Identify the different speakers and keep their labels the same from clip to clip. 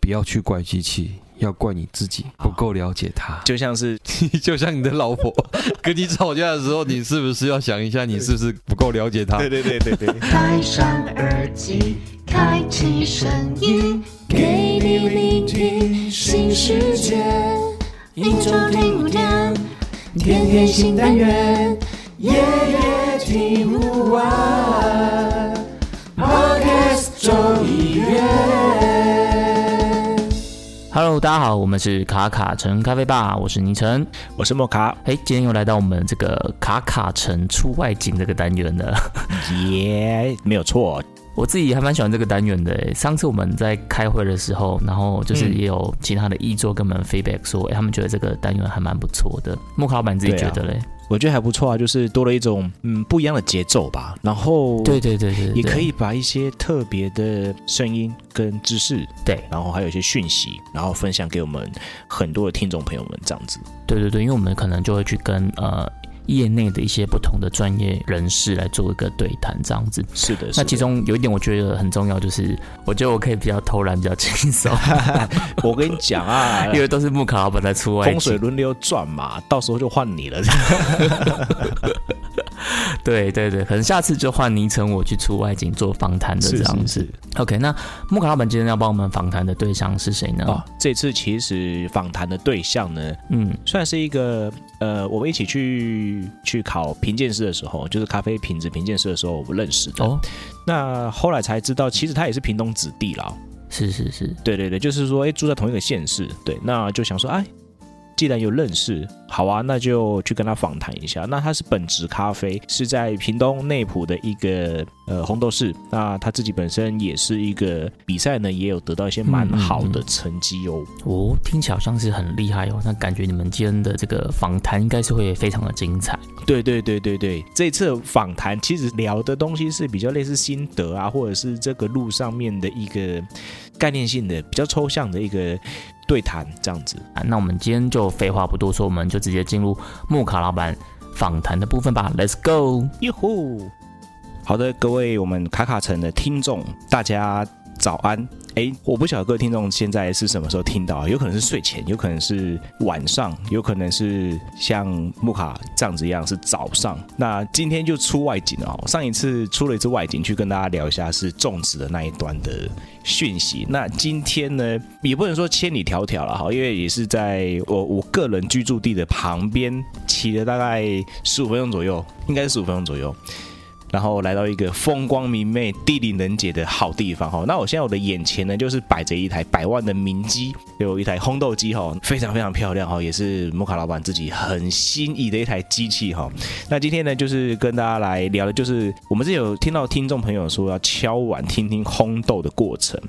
Speaker 1: 不要去怪机器，要怪你自己不够了解它。
Speaker 2: 啊就像是
Speaker 3: 就像你的老 婆跟你吵架的时候，你是不是要想一下，你是不是不够了解她？
Speaker 2: 对对对对对，
Speaker 4: 戴上耳机，开启声音，给你聆听新世界。一周听五天，天天新单元，夜夜听不完。Podcast 周一月。
Speaker 5: Hello，大家好，我们是卡卡城咖啡吧，我是倪晨。
Speaker 2: 我是莫卡，
Speaker 5: 哎，今天又来到我们这个卡卡城出外景这个单元了。
Speaker 2: 耶、没有错，
Speaker 5: 我自己还蛮喜欢这个单元的诶。上次我们在开会的时候，然后就是
Speaker 2: 嗯
Speaker 5: 也有其他的译作跟我们 feedback 说，哎、他们觉得这个单元还蛮不错的。木卡老板你自己
Speaker 2: 对啊
Speaker 5: 觉得嘞？
Speaker 2: 我觉得还不错啊，就是多了一种嗯不一样的节奏吧，然后
Speaker 5: 对对对对对
Speaker 2: 啊也可以把一些特别的声音跟知识，
Speaker 5: 对
Speaker 2: 然后还有一些讯息，然后分享给我们很多的听众朋友们，这样子。
Speaker 5: 对对对，因为我们可能就会去跟呃业内的一些不同的专业人士来做一个对谈，这样子。
Speaker 2: 是的，是
Speaker 5: 那
Speaker 2: 的
Speaker 5: 其中有一点我觉得很重要，就是我觉得我可以比较偷懒，比较轻松，，
Speaker 2: 我跟你讲啊
Speaker 5: 因为都是木卡老板在出外景
Speaker 2: 风水轮流转嘛，到时候就换你了。
Speaker 5: 对对对，可能下次就换昵称我去出外景做访谈的这样子。
Speaker 2: 是
Speaker 5: OK，那木卡老板今天要帮我们访谈的对象是谁呢？
Speaker 2: 啊、这次其实访谈的对象呢，
Speaker 5: 嗯，
Speaker 2: 算是一个呃，我们一起去去考评鉴师的时候，就是咖啡品质评鉴师的时候，我们认识的。
Speaker 5: 哦，
Speaker 2: 那后来才知道，其实他也是屏东子弟啦。
Speaker 5: 是是是，
Speaker 2: 对对对，就是说，哎，住在同一个县市，对，那就想说，哎，既然有认识，好啊，那就去跟他访谈一下。那他是本职咖啡，是在屏东内埔的一个呃红豆市。那他自己本身也是一个比赛呢，也有得到一些蛮好的成绩哦。
Speaker 5: 哦，听起来好像是很厉害哦。那感觉你们今天的这个访谈应该是会非常的精彩。
Speaker 2: 对对对对对，这次访谈其实聊的东西是比较类似心得啊，或者是这个路上面的一个概念性的、比较抽象的一个对谈这样子。
Speaker 5: 啊，那我们今天就废话不多说，我们就直接进入木卡老板访谈的部分吧。Let's go！
Speaker 2: 哟吼！
Speaker 6: 好的，各位我们卡卡城的听众，大家早安。哎，我不晓得各位听众现在是什么时候听到，啊有可能是睡前，有可能是晚上，有可能是像木卡这样子一样是早上。那今天就出外景哦，上一次出了一次外景，去跟大家聊一下是种植的那一端的讯息。那今天呢，也不能说千里迢迢了哈，因为也是在我我个人居住地的旁边，骑了大概十五分钟左右，应该是十五分钟左右。然后来到一个风光明媚、地灵人杰的好地方哈。那我现在我的眼前呢，就是摆着一台百万的明机，有一台烘豆机哈，非常非常漂亮哈，也是摩卡老板自己很心仪的一台机器哈。那今天呢，就是跟大家来聊的，就是我们是有听到听众朋友说要敲碗听听烘豆的过程。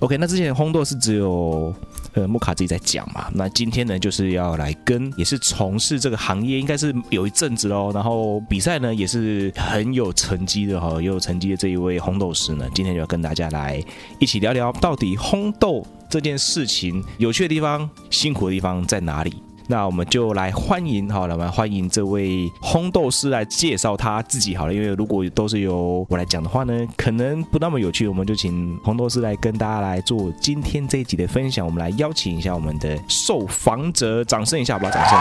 Speaker 6: OK，那之前烘豆是只有呃木卡自己在讲嘛，那今天呢就是要来跟也是从事这个行业，应该是有一阵子喽，然后比赛呢也是很有成绩的哈、也有成绩的这一位烘豆师呢，今天就要跟大家来一起聊聊到底烘豆这件事情有趣的地方、辛苦的地方在哪里。那我们就来欢迎好了，我们欢迎这位烘豆师来介绍他自己好了，因为如果都是由我来讲的话呢，可能不那么有趣，我们就请烘豆师来跟大家来做今天这一集的分享。我们来邀请一下我们的受访者，掌声一下好不好？掌声，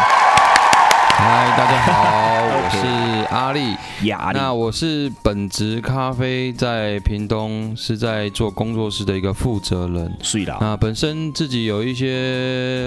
Speaker 3: 嗨，大家好，我是阿力。
Speaker 6: 呀，
Speaker 3: 那我是本职咖啡在屏东，是在做工作室的一个负责人。
Speaker 6: 睡了，
Speaker 3: 那本身自己有一些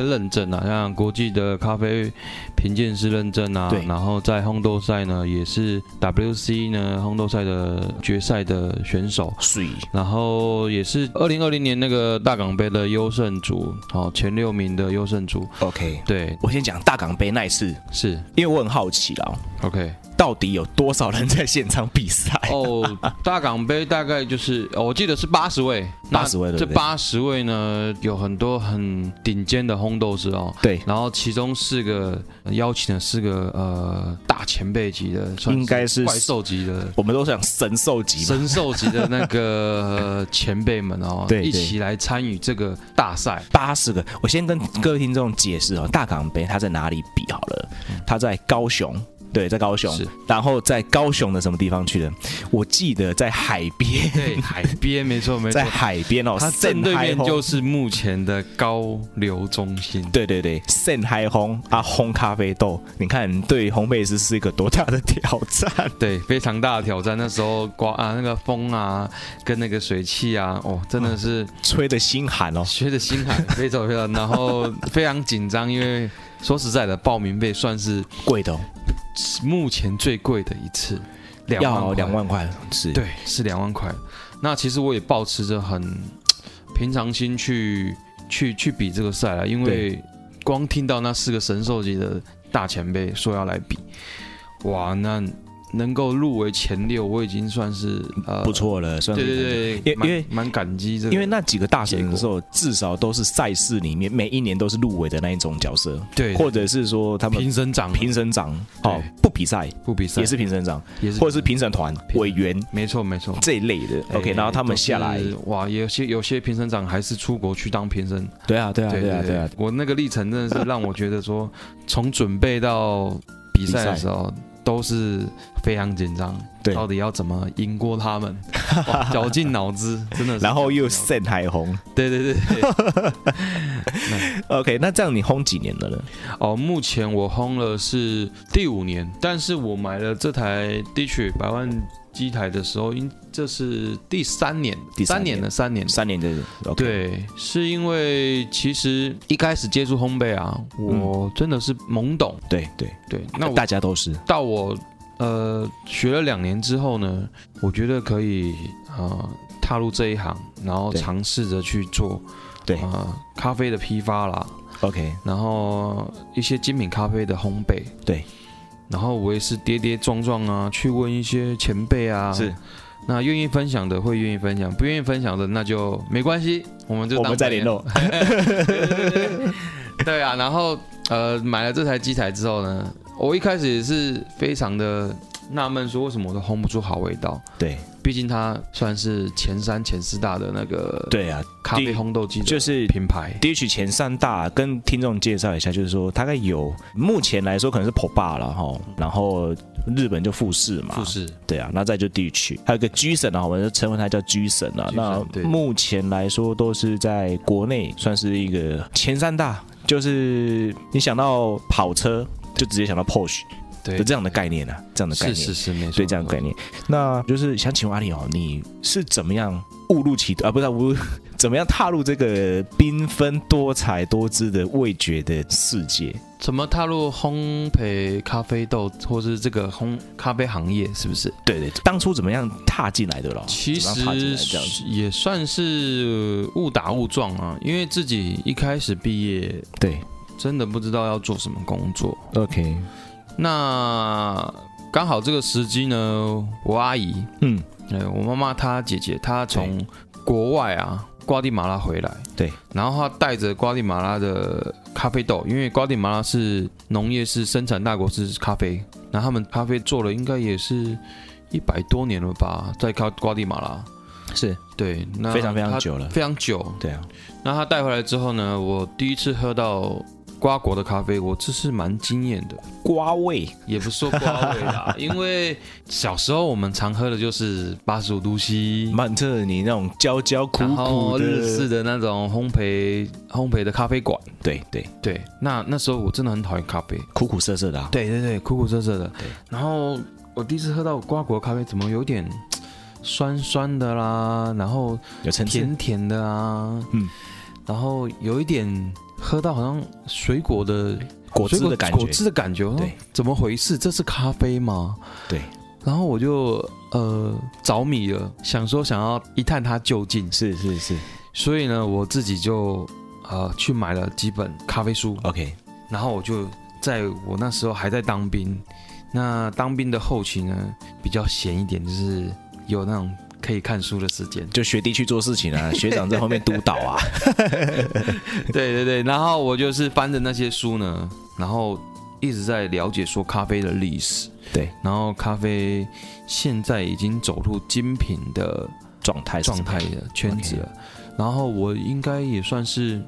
Speaker 3: 认证啊，像国际的咖啡评鉴师认证啊
Speaker 6: 对，
Speaker 3: 然后在烘豆赛呢也是 WC 呢烘豆赛的决赛的选手，
Speaker 6: 睡
Speaker 3: 然后也是二零二零年那个大港杯的优胜组，好、前六名的优胜组，
Speaker 6: ，OK。
Speaker 3: 对，
Speaker 6: 我先讲大港杯那一次，
Speaker 3: 是
Speaker 6: 因为我很好奇啦，
Speaker 3: OK
Speaker 6: 到底有多少人在现场比赛？
Speaker 3: 哦，大港杯大概就是、哦我记得是八十位，那
Speaker 6: 80位对不
Speaker 3: 这
Speaker 6: 对
Speaker 3: 八十位呢有很多很顶尖的烘豆师哦，
Speaker 6: 对，
Speaker 3: 然后其中四个呃邀请了四个呃大前辈级的，算
Speaker 6: 应该是
Speaker 3: 怪兽级的、
Speaker 6: 我们都想神兽级嘛，
Speaker 3: 神兽级的那个呃前辈们哦，
Speaker 6: 对对
Speaker 3: 一起来参与这个大 赛。
Speaker 6: 八十个。我先跟各位听众解释哦，大港杯它在哪里比好了？它在高雄对，在高雄
Speaker 3: 嗯是。
Speaker 6: 然后在高雄的什么地方去的？我记得在海边，
Speaker 3: 对，海边没错 没错
Speaker 6: 在，海边哦，
Speaker 3: 它正
Speaker 6: 盛
Speaker 3: 对
Speaker 6: 嗨
Speaker 3: 面
Speaker 6: 烘
Speaker 3: 就是目前的高流中心。
Speaker 6: 对对对，盛嗨烘啊，烘咖啡豆，你看对烘焙师是一个多大的挑 战？
Speaker 3: 对，非常大的挑战。那时候刮啊，那个风啊，跟那个水汽啊，哦，真的是
Speaker 6: 吹得心寒哦。
Speaker 3: 学着心寒，非常非常，然后非常紧张，因为说实在的，报名费算是
Speaker 6: 贵的、哦，
Speaker 3: 目前最贵的一次，两万
Speaker 6: 要
Speaker 3: 块
Speaker 6: 两万块是。
Speaker 3: 对，是两万块。那其实我也保持着很平常心去去去比这个赛了，因为光听到那四个神兽级的大前辈说要来比，哇，那能够入围前六，我已经算是呃
Speaker 6: 不。错了，算
Speaker 3: 对
Speaker 6: 是
Speaker 3: 对
Speaker 6: 因为
Speaker 3: 对，蛮
Speaker 6: 因为
Speaker 3: 蛮感激这个，
Speaker 6: 因为那几个大神的
Speaker 3: 结
Speaker 6: 时候，至少都是赛事里面每一年都是入围的那一种角色，
Speaker 3: 对
Speaker 6: 或者是说他们
Speaker 3: 评审长
Speaker 6: 评审长哦
Speaker 3: 对啊
Speaker 6: 不比赛
Speaker 3: 不比赛
Speaker 6: 也是评审长，
Speaker 3: 也是
Speaker 6: 或者是评审团
Speaker 3: 评
Speaker 6: 委员
Speaker 3: 没错没错。
Speaker 6: 这一类的。OK，
Speaker 3: 哎
Speaker 6: 然后他们
Speaker 3: 都是
Speaker 6: 下来，
Speaker 3: 哇，有些有些评审长还是出国去当评审
Speaker 6: 对啊对啊对啊对啊，
Speaker 3: 我那个历程真的是让我觉得说， 从准备到比赛的时候都是非常紧张，
Speaker 6: 对
Speaker 3: 到底要怎么赢过他们，哇 绞尽脑汁，真的是绞尽脑汁。
Speaker 6: 然后又盛海红。
Speaker 3: 对对对对，
Speaker 6: OK，那这样你轰几年了呢？
Speaker 3: 哦，目前我轰了是第五年，但是我买了这台 D 曲百万机台的时候，因这是第三年，
Speaker 6: 第三
Speaker 3: 三
Speaker 6: 年
Speaker 3: 的三年的。
Speaker 6: 三年的 OK，，
Speaker 3: 对，是因为其实一开始接触烘焙啊，
Speaker 6: 嗯
Speaker 3: 我真的是懵懂。
Speaker 6: 对对，
Speaker 3: 对，那我
Speaker 6: 大家都是
Speaker 3: 到我呃学了两年之后呢，我觉得可以呃踏入这一行，然后
Speaker 6: 对
Speaker 3: 尝试着去做
Speaker 6: 对
Speaker 3: 呃咖啡的批发啦，
Speaker 6: OK，
Speaker 3: 然后一些精品咖啡的烘焙。
Speaker 6: 对。
Speaker 3: 然后我也是跌跌撞撞啊，去问一些前辈啊，
Speaker 6: 是
Speaker 3: 那愿意分享的会愿意分享，不愿意分享的那就没关系，我们就
Speaker 6: 我
Speaker 3: 当
Speaker 6: 们再
Speaker 3: 朋友
Speaker 6: 联络。
Speaker 3: 对啊，然后呃，买了这台机台之后呢，我一开始也是非常的纳闷，说为什么我都烘不出好味道？
Speaker 6: 对
Speaker 3: 毕竟它算是前三、前四大的那个
Speaker 6: 对啊，
Speaker 3: 咖啡烘豆机的
Speaker 6: 就是
Speaker 3: 品牌。
Speaker 6: DH 前三大，跟听众介绍一下，就是说大概有目前来说可能是 p o b a 了哈，然后日本就富士嘛，
Speaker 3: 富士
Speaker 6: 对啊，那再就 DH，还有个 G 神啊，我们就称呼它叫 G 神啊。
Speaker 3: G 神
Speaker 6: 那
Speaker 3: 对
Speaker 6: 目前来说都是在国内算是一个前三大，就是你想到跑车就直接想到 Porsche
Speaker 3: 对
Speaker 6: 就这样的概念啊，这样的概
Speaker 3: 是
Speaker 6: 念
Speaker 3: 是是没错，
Speaker 6: 对这样的概念。那就是想请问阿里哦，你是怎么样误入歧途啊？不是啊误入， 怎么样踏入这个缤纷多彩多姿的味觉的世界？
Speaker 3: 怎么踏入烘焙咖啡豆或是这个烘咖啡行业？是不是？
Speaker 6: 对对，当初怎么样踏进来的咯？
Speaker 3: 其
Speaker 6: 怎么样踏进
Speaker 3: 实
Speaker 6: 来这样子，
Speaker 3: 也算是误打误撞啊，因为自己一开始毕业
Speaker 6: 对
Speaker 3: 真的不知道要做什么工作，
Speaker 6: ，OK，
Speaker 3: 那刚好这个时机呢，我阿姨，
Speaker 6: 嗯，
Speaker 3: 呃，我妈妈她姐姐，她从国外啊，瓜地马拉回来，
Speaker 6: 对，
Speaker 3: 然后她带着瓜地马拉的咖啡豆，因为瓜地马拉是农业是生产大国，是咖啡，然后他们咖啡做了应该也是一百多年了吧，在瓜瓜地马拉，
Speaker 6: 是
Speaker 3: 对，那
Speaker 6: 非常非常
Speaker 3: 她
Speaker 6: 久了。
Speaker 3: 非常久，
Speaker 6: 对啊，
Speaker 3: 那他带回来之后呢，我第一次喝到瓜果的咖啡，我这是蛮惊艳的。
Speaker 6: 瓜味
Speaker 3: 也不说瓜味 啦，因为小时候我们常喝的就是八十五度 C，
Speaker 6: 曼特你那种焦焦苦
Speaker 3: 然
Speaker 6: 苦
Speaker 3: 后
Speaker 6: 的
Speaker 3: 日式，的那种烘焙烘焙的咖啡馆。
Speaker 6: 对对，
Speaker 3: 对，那那时候我真的很讨厌咖啡。
Speaker 6: 苦苦涩涩的啊。
Speaker 3: 对对对，苦苦涩涩的。然后我第一次喝到瓜果咖啡，怎么有点酸酸的啦，然后
Speaker 6: 有层次，
Speaker 3: 甜甜的啊，
Speaker 6: 嗯，
Speaker 3: 然后有一点喝到好像水果的
Speaker 6: 果汁
Speaker 3: 水
Speaker 6: 的感觉
Speaker 3: 果。汁的感觉，
Speaker 6: 对
Speaker 3: 对，怎么回事？这是咖啡吗？
Speaker 6: 对，
Speaker 3: 然后我就呃着迷了，想说想要一探它究竟，
Speaker 6: 是是是
Speaker 3: 所以呢，我自己就呃去买了几本咖啡书，
Speaker 6: ，OK，
Speaker 3: 然后我就在我那时候还在当兵，那当兵的后期呢比较闲一点，就是有那种可以看书的时 间，
Speaker 6: 就学弟去做事情 啊，学长在后面督导啊。
Speaker 3: 对对对，然后我就是翻着那些书呢，然后一直在了解说咖啡的历史。
Speaker 6: 对，
Speaker 3: 然后咖啡现在已经走入精品的
Speaker 6: 状态是
Speaker 3: 状
Speaker 6: 怎么
Speaker 3: 态
Speaker 6: 样
Speaker 3: 的圈子了。然后我应该也算是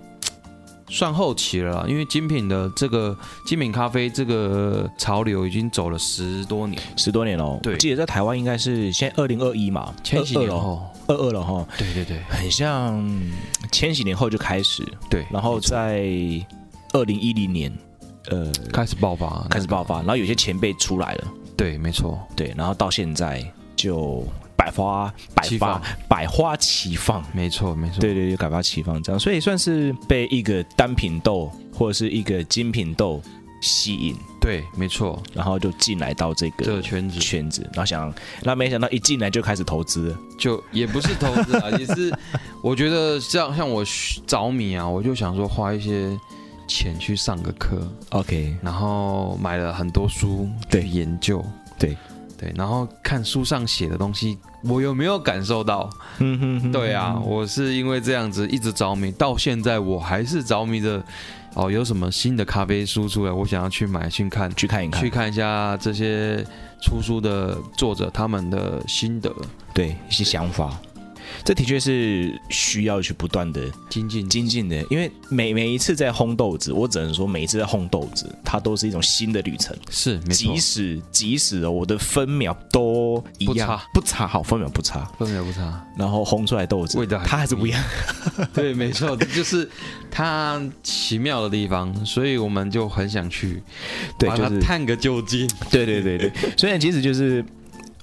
Speaker 3: 算后期了啦，因为精品的这个精品咖啡这个潮流已经走了十多年，
Speaker 6: 十多年喽。
Speaker 3: 对
Speaker 6: 我记得在台湾应该是现在二零二一嘛，
Speaker 3: 千禧年
Speaker 6: 22咯，
Speaker 3: 后，
Speaker 6: 二二了哈，
Speaker 3: 对对对
Speaker 6: 很像千禧年后就开始，
Speaker 3: 对，
Speaker 6: 然后在二零一零年，呃，
Speaker 3: 开始爆发，
Speaker 6: 开始爆发，然后有些前辈出来了，
Speaker 3: 对，没错，
Speaker 6: 对，然后到现在就百花百
Speaker 3: 齐
Speaker 6: 花
Speaker 3: 放
Speaker 6: 百花齐放。
Speaker 3: 没错，没错，
Speaker 6: 对对对，百花齐放这样，所以算是被一个单品豆或者是一个精品豆吸引，
Speaker 3: 对，没错，
Speaker 6: 然后就进来到这
Speaker 3: 这
Speaker 6: 个
Speaker 3: 个圈子
Speaker 6: 圈子，然后想，那没想到一进来就开始投资了，
Speaker 3: 就也不是投资 啊，也是我觉得像像我着迷啊，我就想说花一些钱去上个课，
Speaker 6: OK，
Speaker 3: 然后买了很多书
Speaker 6: 对
Speaker 3: 去研究，
Speaker 6: 对
Speaker 3: 对，然后看书上写的东西，我有没有感受到？
Speaker 6: 嗯哼哼
Speaker 3: 对啊，我是因为这样子一直着迷，到现在我还是着迷着。哦，有什么新的咖啡书出来，我想要去买去看，
Speaker 6: 去看一看
Speaker 3: 去，看一下这些出书的作者他们的心得、
Speaker 6: 对一些想法，这的确是需要去不断的
Speaker 3: 精进。
Speaker 6: 精进的，因为每每一次在烘豆子，我只能说每一次在烘豆子，它都是一种新的旅程。
Speaker 3: 是没错
Speaker 6: 即，使即使哦我的分秒都一样，
Speaker 3: 不差
Speaker 6: 不差，好分秒不差，
Speaker 3: 分秒不差。
Speaker 6: 然后烘出来豆子
Speaker 3: 味道还
Speaker 6: 它还是不一样。
Speaker 3: 对，没错，这就是它奇妙的地方，所以我们就很想去
Speaker 6: 对，
Speaker 3: 把
Speaker 6: 就
Speaker 3: 它
Speaker 6: 是
Speaker 3: 探个究竟。
Speaker 6: 对对对对，所以其实就是。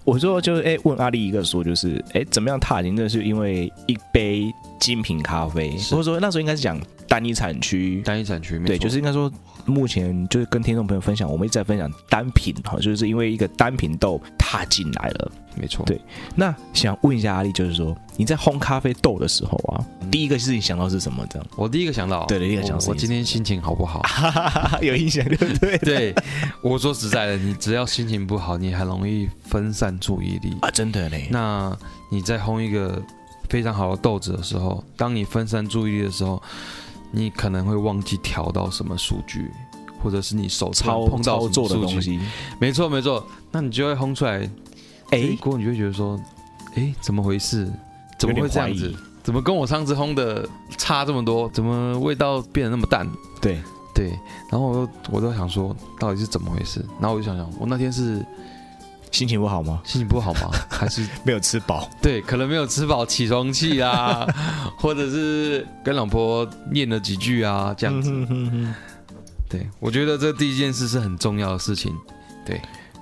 Speaker 6: 我说就是哎、问阿丽一个说就是哎、怎么样踏进？这是因为一杯精品咖啡，
Speaker 3: 是
Speaker 6: 或者说那时候应该是讲单一产区，
Speaker 3: 单一产区，没
Speaker 6: 对，
Speaker 3: 错
Speaker 6: 就是应该说，目前就是跟听众朋友分享，我们一直在分享单品哈，就是因为一个单品豆踏进来了。
Speaker 3: 没错，
Speaker 6: 对那想问一下阿丽，就是说你在烘咖啡豆的时候啊，第一个事情想到是什么？这样
Speaker 3: 我第一个想到，
Speaker 6: 对第一个想到是啊
Speaker 3: 我我今天心情好不好？
Speaker 6: 哈哈哈哈， 有印象对不对？
Speaker 3: 对，我说实在的，你只要心情不好， 你很容易分散注意力。
Speaker 6: 啊，真的嘞，
Speaker 3: 那你在烘一个非常好的豆子的时候，当你分散注意力的时候，你可能会忘记调到什么数据，或者是你手上
Speaker 6: 操
Speaker 3: 碰到
Speaker 6: 操
Speaker 3: 什么
Speaker 6: 作的
Speaker 3: 数
Speaker 6: 东
Speaker 3: 据。
Speaker 6: 西，
Speaker 3: 没错没错，那你就会烘出来，
Speaker 6: 哎，
Speaker 3: 锅你就会觉得说，哎，怎么回事？怎么会这样
Speaker 6: 有
Speaker 3: 子
Speaker 6: 点怀？
Speaker 3: 怎么跟我上次烘的差这么多？怎么味道变得那么淡？
Speaker 6: 对，
Speaker 3: 对，然后我都我都想说，到底是怎么回事？然后我就想想，我那天是
Speaker 6: 心情不好吗？
Speaker 3: 心情不好 吗？还是
Speaker 6: 没有吃饱，
Speaker 3: 对，可能没有吃饱起床气 啊，或者是跟老婆念了几句啊，这样子。
Speaker 6: 嗯哼哼哼
Speaker 3: 对，我觉得这第一件事是很重要的事情，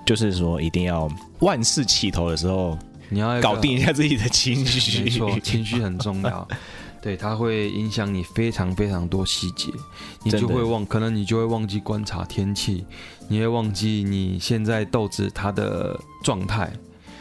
Speaker 6: 就是说一定要万事起头的时候，
Speaker 3: 你要有一个
Speaker 6: 搞定一下自己的情
Speaker 3: 没
Speaker 6: 绪。
Speaker 3: 错，情绪很重要，对，它会影响你非常非常多细节，你
Speaker 6: 真
Speaker 3: 就
Speaker 6: 的
Speaker 3: 会忘，可能你就会忘记观察天气，你会忘记你现在豆子它的状态。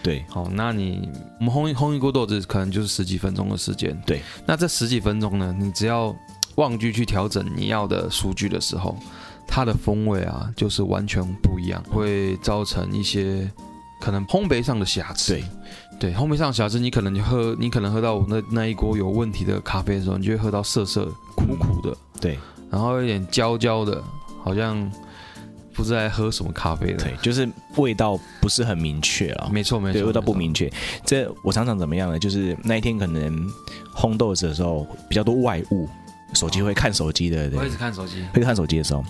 Speaker 6: 对，
Speaker 3: 好，那你我们烘一烘一锅豆子，可能就是十几分钟的时间。
Speaker 6: 对，
Speaker 3: 那这十几分钟呢，你只要忘记去调整你要的数据的时候，它的风味啊，就是完全不一样，会造成一些可能烘焙上的瑕疵。
Speaker 6: 对，
Speaker 3: 对，烘焙上的瑕疵，你可能就喝，你可能喝到我那那一锅有问题的咖啡的时候，你就会喝到涩涩、苦苦的，
Speaker 6: 对
Speaker 3: 然后有点焦焦的，好像不知道在喝什么咖啡的。
Speaker 6: 对，就是味道不是很明确啊。
Speaker 3: 没错没错，
Speaker 6: 对，味道不
Speaker 3: 没错
Speaker 6: 明确。这我常常怎么样呢？就是那一天可能烘豆子的时候比较多外物，手机会看手机的，对
Speaker 3: 我一直看手机。
Speaker 6: 会看手机的时候，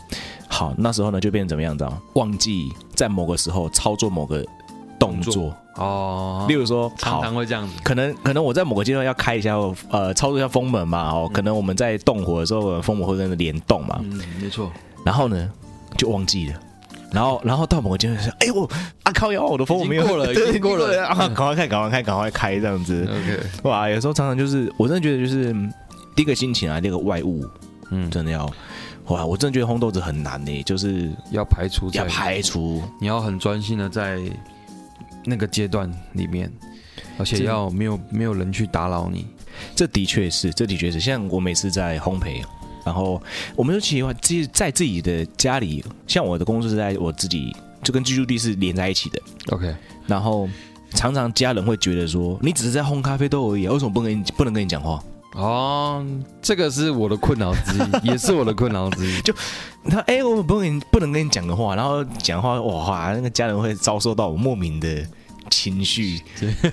Speaker 6: 好，那时候呢就变成怎么样？知道吗？忘记在某个时候操作某个
Speaker 3: 动
Speaker 6: 动作，
Speaker 3: 哦，
Speaker 6: 例如说，
Speaker 3: 常
Speaker 6: 好
Speaker 3: 常，会这样子。
Speaker 6: 可能可能我在某个阶段要开一下呃操作一下风门嘛，哦，可能我们在动火的时候，风门会跟着联动嘛，
Speaker 3: 嗯，没错，
Speaker 6: 然后呢就忘记了。然后，然后到某个阶段说：“哎我啊靠腰，我的风我没有
Speaker 3: 已经过了
Speaker 6: 对
Speaker 3: 已
Speaker 6: 对
Speaker 3: 经过了嗯
Speaker 6: 啊！赶快开，赶快开，赶快开，这样子。
Speaker 3: OK，
Speaker 6: 哇，有时候常常就是，我真的觉得就是嗯第一个心情啊，第二个外物，
Speaker 3: 嗯，
Speaker 6: 真的要哇，我真的觉得烘豆子很难呢、就是
Speaker 3: 要排除在
Speaker 6: 要，排除，
Speaker 3: 你要很专心的在那个阶段里面，而且
Speaker 6: 真的
Speaker 3: 要没有没有人去打扰你。
Speaker 6: 这的确是，这的确是。像我每次在烘焙，然后我们就喜欢自己在自己的家里，像我的工作是在我自己就跟居住地是连在一起的，
Speaker 3: OK，
Speaker 6: 然后常常家人会觉得说，你只是在烘咖啡豆而已啊，为什么不跟你不能跟你讲话？
Speaker 3: 哦，这个是我的困扰之 一，也是我的困扰之一。
Speaker 6: 他哎、我不跟你不能跟你讲个话，然后讲话哇，那个家人会遭受到我莫名的情绪，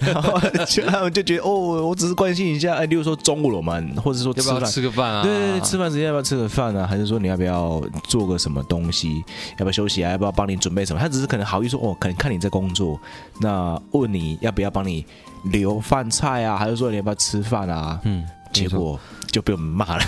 Speaker 6: 然后就他们就觉得哦，我只是关心一下，哎，例如说中午了嘛，或者说
Speaker 3: 要
Speaker 6: 吃
Speaker 3: 不要
Speaker 6: 饭，
Speaker 3: 吃个饭啊？
Speaker 6: 对对对，吃饭时间要不要吃个饭啊？还是说你要不要做个什么东西？要不要休息啊？要不要帮你准备什么？他只是可能好意说哦，可能看你在工作，那问你要不要帮你留饭菜啊？还是说你要不要吃饭啊？
Speaker 3: 嗯，
Speaker 6: 结果就被我们骂了。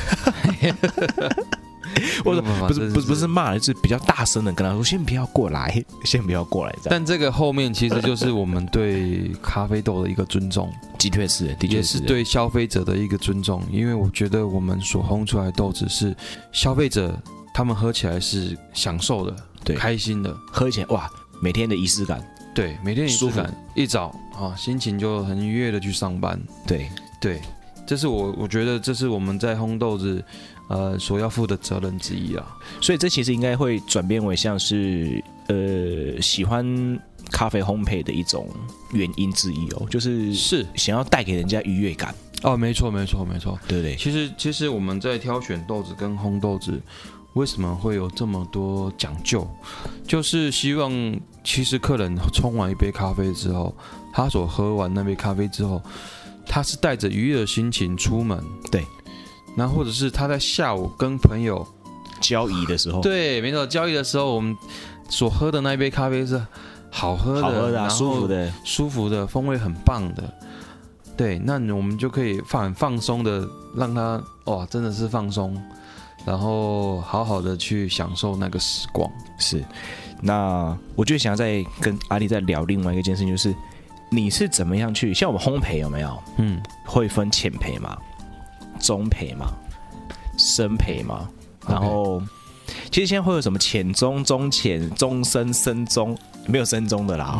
Speaker 6: 我说
Speaker 3: 没有办法
Speaker 6: 不是
Speaker 3: 真的
Speaker 6: 不是不是骂了，就是比较大声的跟他说，先不要过来，先不要过来，这样。
Speaker 3: 但这个后面其实就是我们对咖啡豆的一个尊重，
Speaker 6: 的确是，
Speaker 3: 也
Speaker 6: 的确
Speaker 3: 是对消费者的一个尊重，因为我觉得我们所烘出来的豆子是消费者他们喝起来是享受的，
Speaker 6: 对
Speaker 3: 开心的，
Speaker 6: 喝以前哇，每天的仪式感，
Speaker 3: 对，每天仪式
Speaker 6: 舒服
Speaker 3: 感，一早啊心情就很愉悦的去上班，
Speaker 6: 对，
Speaker 3: 对，这是我我觉得这是我们在烘豆子呃所要负的责任之一啊，
Speaker 6: 所以这其实应该会转变为像是呃喜欢咖啡烘焙的一种原因之一哦，就是
Speaker 3: 是
Speaker 6: 想要带给人家愉悦感，
Speaker 3: 哦，没错没错没错，
Speaker 6: 对不对？
Speaker 3: 其实，其实我们在挑选豆子跟烘豆子，为什么会有这么多讲究？就是希望，其实客人冲完一杯咖啡之后，他所喝完那杯咖啡之后，他是带着愉悦的心情出门，
Speaker 6: 对。
Speaker 3: 然后或者是他在下午跟朋友
Speaker 6: 交易的时候，
Speaker 3: 对，没错，交易的时候，我们所喝的那一杯咖啡是好喝的，
Speaker 6: 好喝的啊、
Speaker 3: 然后
Speaker 6: 舒服的，
Speaker 3: 舒服的，风味很棒的。对，那我们就可以放放松的，让他哇，真的是放松，然后好好的去享受那个时光。
Speaker 6: 是。那我就想要再跟阿丽再聊另外一个件事情，就是你是怎么样去像我们烘焙有没有
Speaker 3: 嗯，
Speaker 6: 会分浅焙嘛、中焙嘛、深焙嘛，
Speaker 3: OK
Speaker 6: 然后。其实现在会有什么浅中、中浅、中深、深中，没有深中的啦、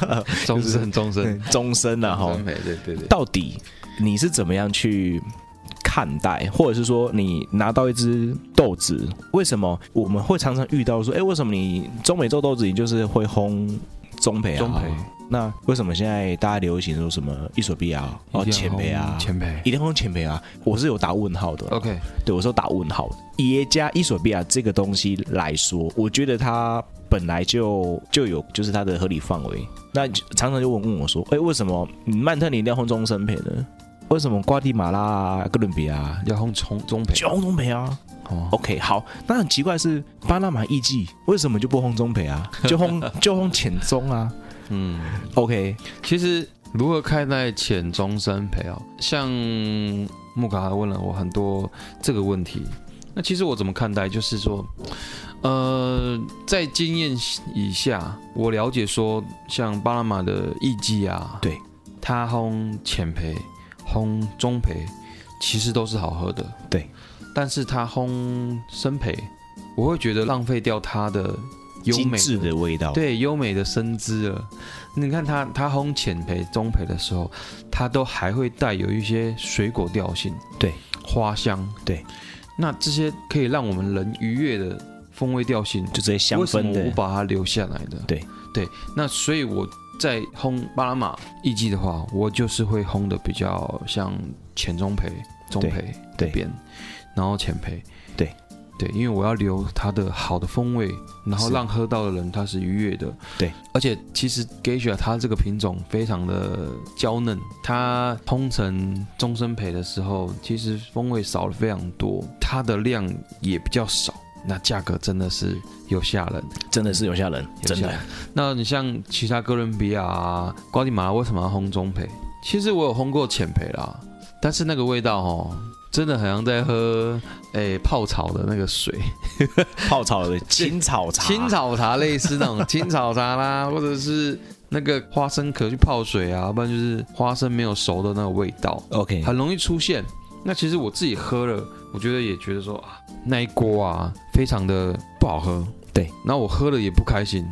Speaker 6: 哦。
Speaker 3: 终身终身，
Speaker 6: 终身了哈。
Speaker 3: 美，对对对。
Speaker 6: 到底你是怎么样去看待，或者是说你拿到一只豆子，为什么我们会常常遇到说，哎，为什么你中美洲豆子你就是会烘中培啊？
Speaker 3: 中培
Speaker 6: 那为什么现在大家流行说什么伊索比亚啊、哦
Speaker 3: 一定
Speaker 6: 浅
Speaker 3: 要
Speaker 6: 培啊
Speaker 3: 烘？前辈
Speaker 6: 一定要烘浅培啊！我是有打问号的啦
Speaker 3: ，OK，
Speaker 6: 对我是有打问号的。耶加伊索比亚这个东西来说，我觉得它本来就就有就是它的合理范围。那常常就问问我说，哎、为什么嗯曼特你一定要烘中生培呢？为什么瓜地马拉、啊、哥伦比亚啊
Speaker 3: 要烘中中培
Speaker 6: 就烘中培啊
Speaker 3: 哦，
Speaker 6: ？OK，好，那很奇怪是巴拿马艺妓为什么就不烘中培啊？就烘就烘浅中啊
Speaker 3: 嗯，
Speaker 6: ？OK，
Speaker 3: 其实如何看待浅中生培哦，像木卡还问了我很多这个问题。那其实我怎么看待，就是说，呃，在经验以下，我了解说，像巴拿马的艺妓啊，
Speaker 6: 对，
Speaker 3: 它烘浅培、烘中培，其实都是好喝的，
Speaker 6: 对。
Speaker 3: 但是它烘深培，我会觉得浪费掉它的优
Speaker 6: 精
Speaker 3: 美
Speaker 6: 致的味道，
Speaker 3: 对优美的身姿了。你看它，它烘浅焙、中焙的时候，它都还会带有一些水果调性，
Speaker 6: 对，
Speaker 3: 花香，
Speaker 6: 对。
Speaker 3: 那这些可以让我们人愉悦的风味调性，
Speaker 6: 就这些香
Speaker 3: 为什
Speaker 6: 氛
Speaker 3: 么
Speaker 6: 的
Speaker 3: 我把它留下来的？
Speaker 6: 对
Speaker 3: 对，那所以我在烘巴拿马艺妓的话，我就是会烘的比较像浅中培、中
Speaker 6: 对
Speaker 3: 培这
Speaker 6: 对
Speaker 3: 边，然后浅培，
Speaker 6: 对
Speaker 3: 对，因为我要留它的好的风味，然后
Speaker 6: 是
Speaker 3: 让喝到的人他是愉悦的。
Speaker 6: 对，
Speaker 3: 而且其实 Geisha 它这个品种非常的娇嫩，它烘成终身培的时候，其实风味少了非常多，它的量也比较少。那价格真的是有吓人，
Speaker 6: 真的是有吓人，
Speaker 3: 有
Speaker 6: 真
Speaker 3: 吓
Speaker 6: 的
Speaker 3: 人。那你像其他哥伦比亚、啊、瓜地马拉为什么要烘中培？其实我有烘过浅培啦，但是那个味道哦，真的很像在喝诶、泡草的那个水，
Speaker 6: 泡草的青草茶，
Speaker 3: 青草茶类似那 种青草茶啦，或者是那个花生壳去泡水啊，不然就是花生没有熟的那个味道，
Speaker 6: OK，
Speaker 3: 很容易出现。那其实我自己喝了，我觉得也觉得说啊，那一锅啊，非常的不好喝。
Speaker 6: 对，
Speaker 3: 那我喝了也不开心。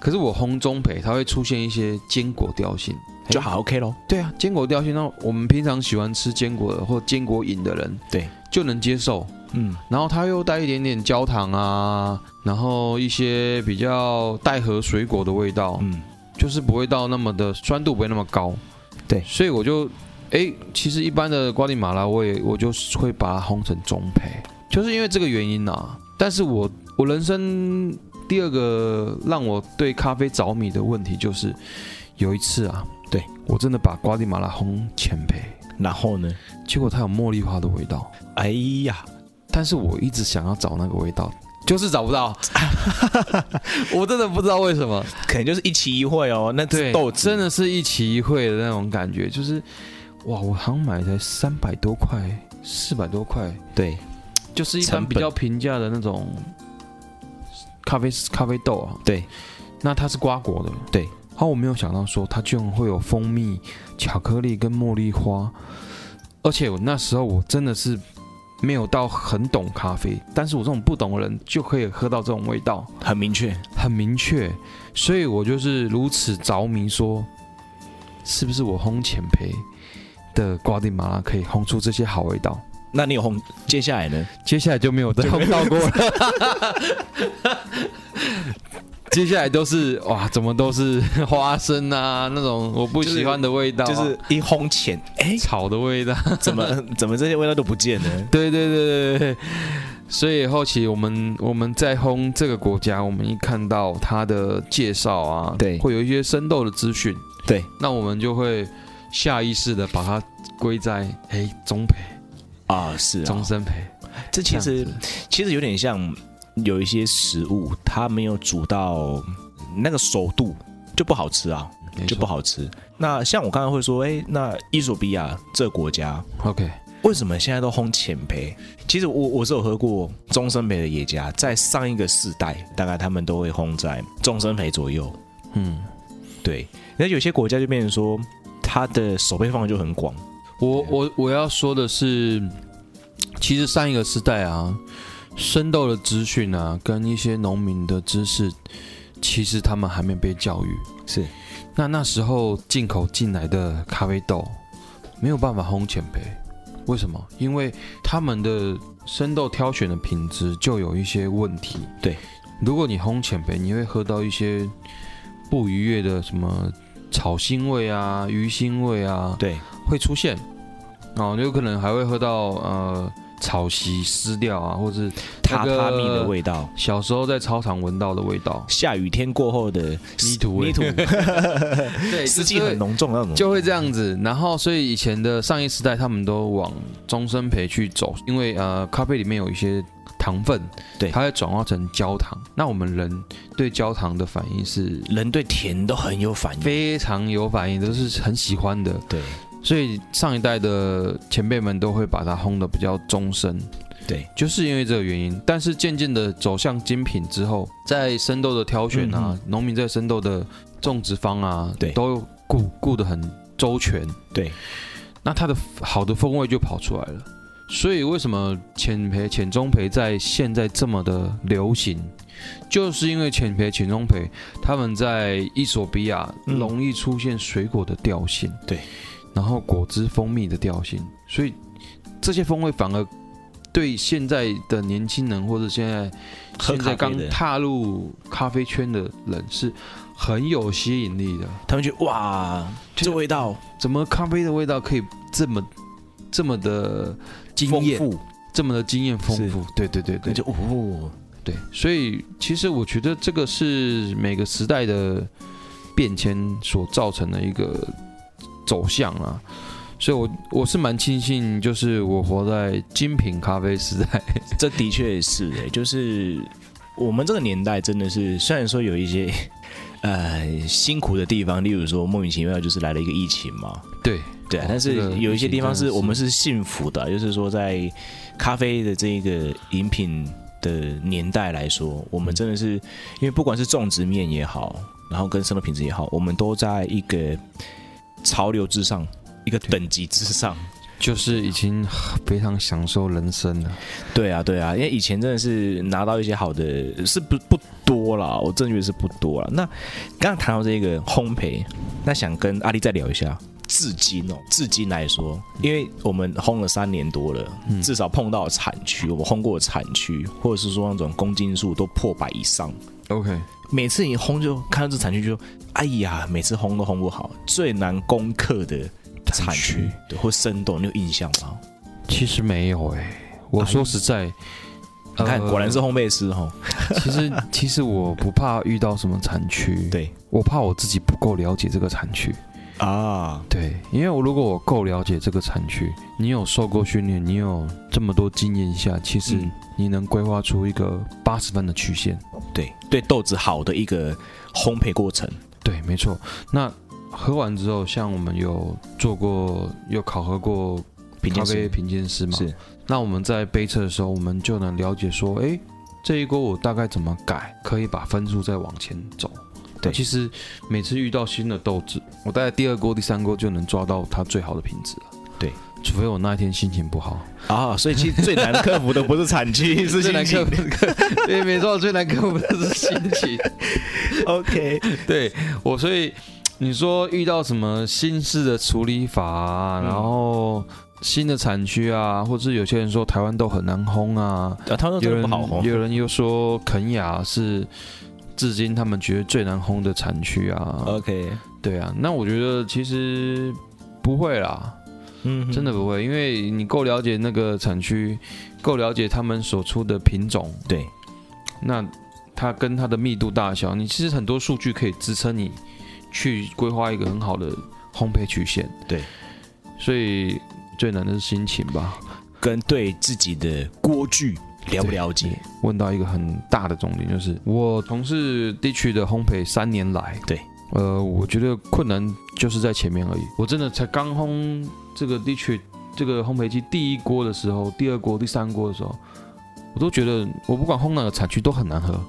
Speaker 3: 可是我烘中培，它会出现一些坚果调性。
Speaker 6: 就好 OK 咯。
Speaker 3: 对啊，坚果调性，那我们平常喜欢吃坚果的或坚果饮的人，
Speaker 6: 对，
Speaker 3: 就能接受。
Speaker 6: 嗯，
Speaker 3: 然后它又带一点点焦糖啊，然后一些比较带和水果的味道，
Speaker 6: 嗯，
Speaker 3: 就是不会到那么的酸度不会那么高。
Speaker 6: 对
Speaker 3: 所以我就，哎，其实一般的瓜地马拉，我也我就会把它烘成中培，就是因为这个原因啊。但是我我人生第二个让我对咖啡着迷的问题就是，有一次啊，
Speaker 6: 对
Speaker 3: 我真的把瓜地马拉烘浅焙，
Speaker 6: 然后呢？
Speaker 3: 结果它有茉莉花的味道，
Speaker 6: 哎呀，
Speaker 3: 但是我一直想要找那个味道，就是找不 到，我真的不知道为什么。
Speaker 6: 可能就是一期一会哦。那
Speaker 3: 对，
Speaker 6: 豆子
Speaker 3: 真的是一期一会的那种感觉，就是哇，我好像买才三百多块，四百多块，
Speaker 6: 对，
Speaker 3: 就是一
Speaker 6: 成
Speaker 3: 般
Speaker 6: 本
Speaker 3: 比较平价的那种咖啡咖啡豆啊。
Speaker 6: 对，
Speaker 3: 那它是瓜果的，
Speaker 6: 对。
Speaker 3: 然后我没有想到说它居然会有蜂蜜、巧克力跟茉莉花，而且我那时候我真的是没有到很懂咖啡，但是我这种不懂的人就可以喝到这种味道，
Speaker 6: 很明确。
Speaker 3: 很明确，所以我就是如此着迷说，是不是我烘浅焙的瓜地马拉可以烘出这些好味道？
Speaker 6: 那你有红，接下来呢？
Speaker 3: 接下来就没有再碰到过了。 接下来都是哇，怎么都是 花生啊，那种我不喜欢的味道啊、
Speaker 6: 就是一烘 前，哎、
Speaker 3: 草的 味道。
Speaker 6: 怎么怎么这些味道都不见了？
Speaker 3: 对对对对对。所以后期我们我们在烘这个国家，我们一看到它的介绍啊，
Speaker 6: 对
Speaker 3: 会有一些生豆的资讯，
Speaker 6: 对，
Speaker 3: 那我们就会下意识的把它归在哎中培、
Speaker 6: 啊，是啊
Speaker 3: 中，生培，
Speaker 6: 这其
Speaker 3: 这
Speaker 6: 实
Speaker 3: 样
Speaker 6: 其实有点像有一些食物，它没有煮到那个熟度就不好吃啊，
Speaker 3: 没
Speaker 6: 就
Speaker 3: 错
Speaker 6: 不。好吃。那像我刚才会说，哎、那伊索比亚这个国家
Speaker 3: OK，
Speaker 6: 为什么现在都烘浅焙？其实我我是有喝过中生焙的野家，在上一个世代，大概他们都会烘在中生焙左右。
Speaker 3: 嗯，
Speaker 6: 对，那有些国家就变成说，它的手背范围就很广。
Speaker 3: 我我我要说的是，其实上一个时代啊，生豆的资讯啊，跟一些农民的知识，其实他们还没被教育。
Speaker 6: 是，
Speaker 3: 那那时候进口进来的咖啡豆没有办法烘浅焙，为什么？因为他们的生豆挑选的品质就有一些问题。
Speaker 6: 对，
Speaker 3: 如果你烘浅焙，你会喝到一些不愉悦的什么草腥味啊、鱼腥味啊，
Speaker 6: 对，
Speaker 3: 会出现。哦，有可能还会喝到呃草席湿掉啊，或是
Speaker 6: 榻榻米
Speaker 3: 那
Speaker 6: 的
Speaker 3: 个
Speaker 6: 味道，
Speaker 3: 小时候在操场闻到的味道，
Speaker 6: 下雨天过后的
Speaker 3: 泥土味
Speaker 6: 泥土
Speaker 3: 对
Speaker 6: 湿气很浓重那种，
Speaker 3: 就会这样子。然后，所以以前的上一时代，他们都往终身培去走，因为呃，咖啡里面有一些糖分，
Speaker 6: 对
Speaker 3: 它会转化成焦糖。那我们人对焦糖的反应是
Speaker 6: 人对甜都很有反应。
Speaker 3: 非常有反应，都是很喜欢的。
Speaker 6: 对
Speaker 3: 所以上一代的前辈们都会把它烘的比较终身，
Speaker 6: 对，
Speaker 3: 就是因为这个原因。但是渐渐的走向精品之后，在生豆的挑选啊，农民在生豆的种植方啊，
Speaker 6: 嗯对
Speaker 3: 都顾顾得很周全，
Speaker 6: 对，
Speaker 3: 那它的好的风味就跑出来了。所以为什么浅培、浅中培在现在这么的流行，就是因为浅培、浅中培他们在伊索比亚
Speaker 6: 嗯
Speaker 3: 容易出现水果的调性，
Speaker 6: 对，
Speaker 3: 然后果汁、蜂蜜的调性，所以这些风味反而对现在的年轻人或者现在
Speaker 6: 喝
Speaker 3: 现在
Speaker 6: 咖啡
Speaker 3: 刚
Speaker 6: 的
Speaker 3: 踏入咖啡圈的人是很有吸引力的。
Speaker 6: 他们觉得哇，这味道
Speaker 3: 怎么咖啡的味道可以这么这么的惊
Speaker 6: 丰
Speaker 3: 艳，
Speaker 6: 富，
Speaker 3: 这么的惊艳丰富？对对对
Speaker 6: 那
Speaker 3: 对
Speaker 6: 就哦，
Speaker 3: 对，所以其实我觉得这个是每个时代的变迁所造成的一个走向啊。所以我，我是蛮庆幸，就是我活在精品咖啡时代。
Speaker 6: 这的确是哎，就是我们这个年代真的是，虽然说有一些 呃辛苦的地方，例如说莫名其妙就是来了一个疫情嘛，
Speaker 3: 对，
Speaker 6: 对啊
Speaker 3: 哦，
Speaker 6: 但
Speaker 3: 这个
Speaker 6: 是有一些地方
Speaker 3: 疫情
Speaker 6: 是
Speaker 3: 真的是
Speaker 6: 我们是幸福的啊，就是说在咖啡的这个饮品的年代来说，我们真的是因为不管是种植面也好，然后跟生活品质也好，我们都在一个潮流之上，一个等级之上。
Speaker 3: 就是已经非常享受人生了。
Speaker 6: 对啊，对啊，因为以前真的是拿到一些好的是不不多啦，我真的觉得是不多啦。那刚刚谈到这个烘焙，那想跟阿丽再聊一下。至今哦，至今来说，因为我们烘了三年多了，至少碰到产区，我们烘过的产区，或者是说那种公斤数都破百以上。
Speaker 3: OK，
Speaker 6: 每次你烘就看到这产区就，哎呀，每次烘都烘不好。最难攻克的产
Speaker 3: 产区
Speaker 6: 区，对，或生豆，你有印象吗？
Speaker 3: 欸其实没有哎、我说实在，
Speaker 6: 你看，
Speaker 3: 呃
Speaker 6: 果然是烘焙师哦。
Speaker 3: 其实其实我不怕遇到什么产区，
Speaker 6: 对
Speaker 3: 我怕我自己不够了解这个产区。
Speaker 6: 啊，
Speaker 3: 对，因为我如果我够了解这个产区，你有受过训练，你有这么多经验下，其实
Speaker 6: 嗯
Speaker 3: 你能规划出一个八十分的曲线。
Speaker 6: 对对，豆子好的一个烘焙过程。
Speaker 3: 对，没错。那喝完之后，像我们有做过，有考核过
Speaker 6: 品
Speaker 3: 咖
Speaker 6: 鉴
Speaker 3: 啡
Speaker 6: 师
Speaker 3: 品鉴师嘛？
Speaker 6: 是
Speaker 3: 那我们在杯测的时候，我们就能了解说，诶，这一锅我大概怎么改，可以把分数再往前走。那
Speaker 6: 对
Speaker 3: 其实每次遇到新的豆子，我大概第二锅、第三锅就能抓到它最好的品质了。
Speaker 6: 对，
Speaker 3: 除非我那一天心情不好。
Speaker 6: 啊，所以其实最难克服的不是产 区，
Speaker 3: 最
Speaker 6: 是心
Speaker 3: 难克
Speaker 6: 情
Speaker 3: 服 的，对，没错，最难克服的是心 情。
Speaker 6: OK，
Speaker 3: 对我，所以你说遇到什么新式的处理法、啊，
Speaker 6: 嗯
Speaker 3: 然后新的产区啊，或是有些人说台湾豆很难烘啊，
Speaker 6: 啊，他说
Speaker 3: 有
Speaker 6: 真的
Speaker 3: 人
Speaker 6: 不好烘。
Speaker 3: 有人又说肯雅是至今他们觉得最难烘的产区啊。
Speaker 6: OK，
Speaker 3: 对啊，那我觉得其实不会啦，
Speaker 6: 嗯
Speaker 3: 真的不会，因为你够了解那个产区，够了解他们所出的品种，
Speaker 6: 对，
Speaker 3: 那它跟它的密度大小，你其实很多数据可以支撑你去规划一个很好的烘焙曲线。
Speaker 6: 对，
Speaker 3: 所以最难的是心情吧。
Speaker 6: 跟对自己的锅具了不了解？
Speaker 3: 问到一个很大的重点，就是我从事地区的烘焙三年来，
Speaker 6: 对，
Speaker 3: 呃，我觉得困难就是在前面而已。我真的才刚烘这个地区这个烘焙机第一锅的时候，第二锅、第三锅的时候，我都觉得我不管烘哪个产区都很难 喝。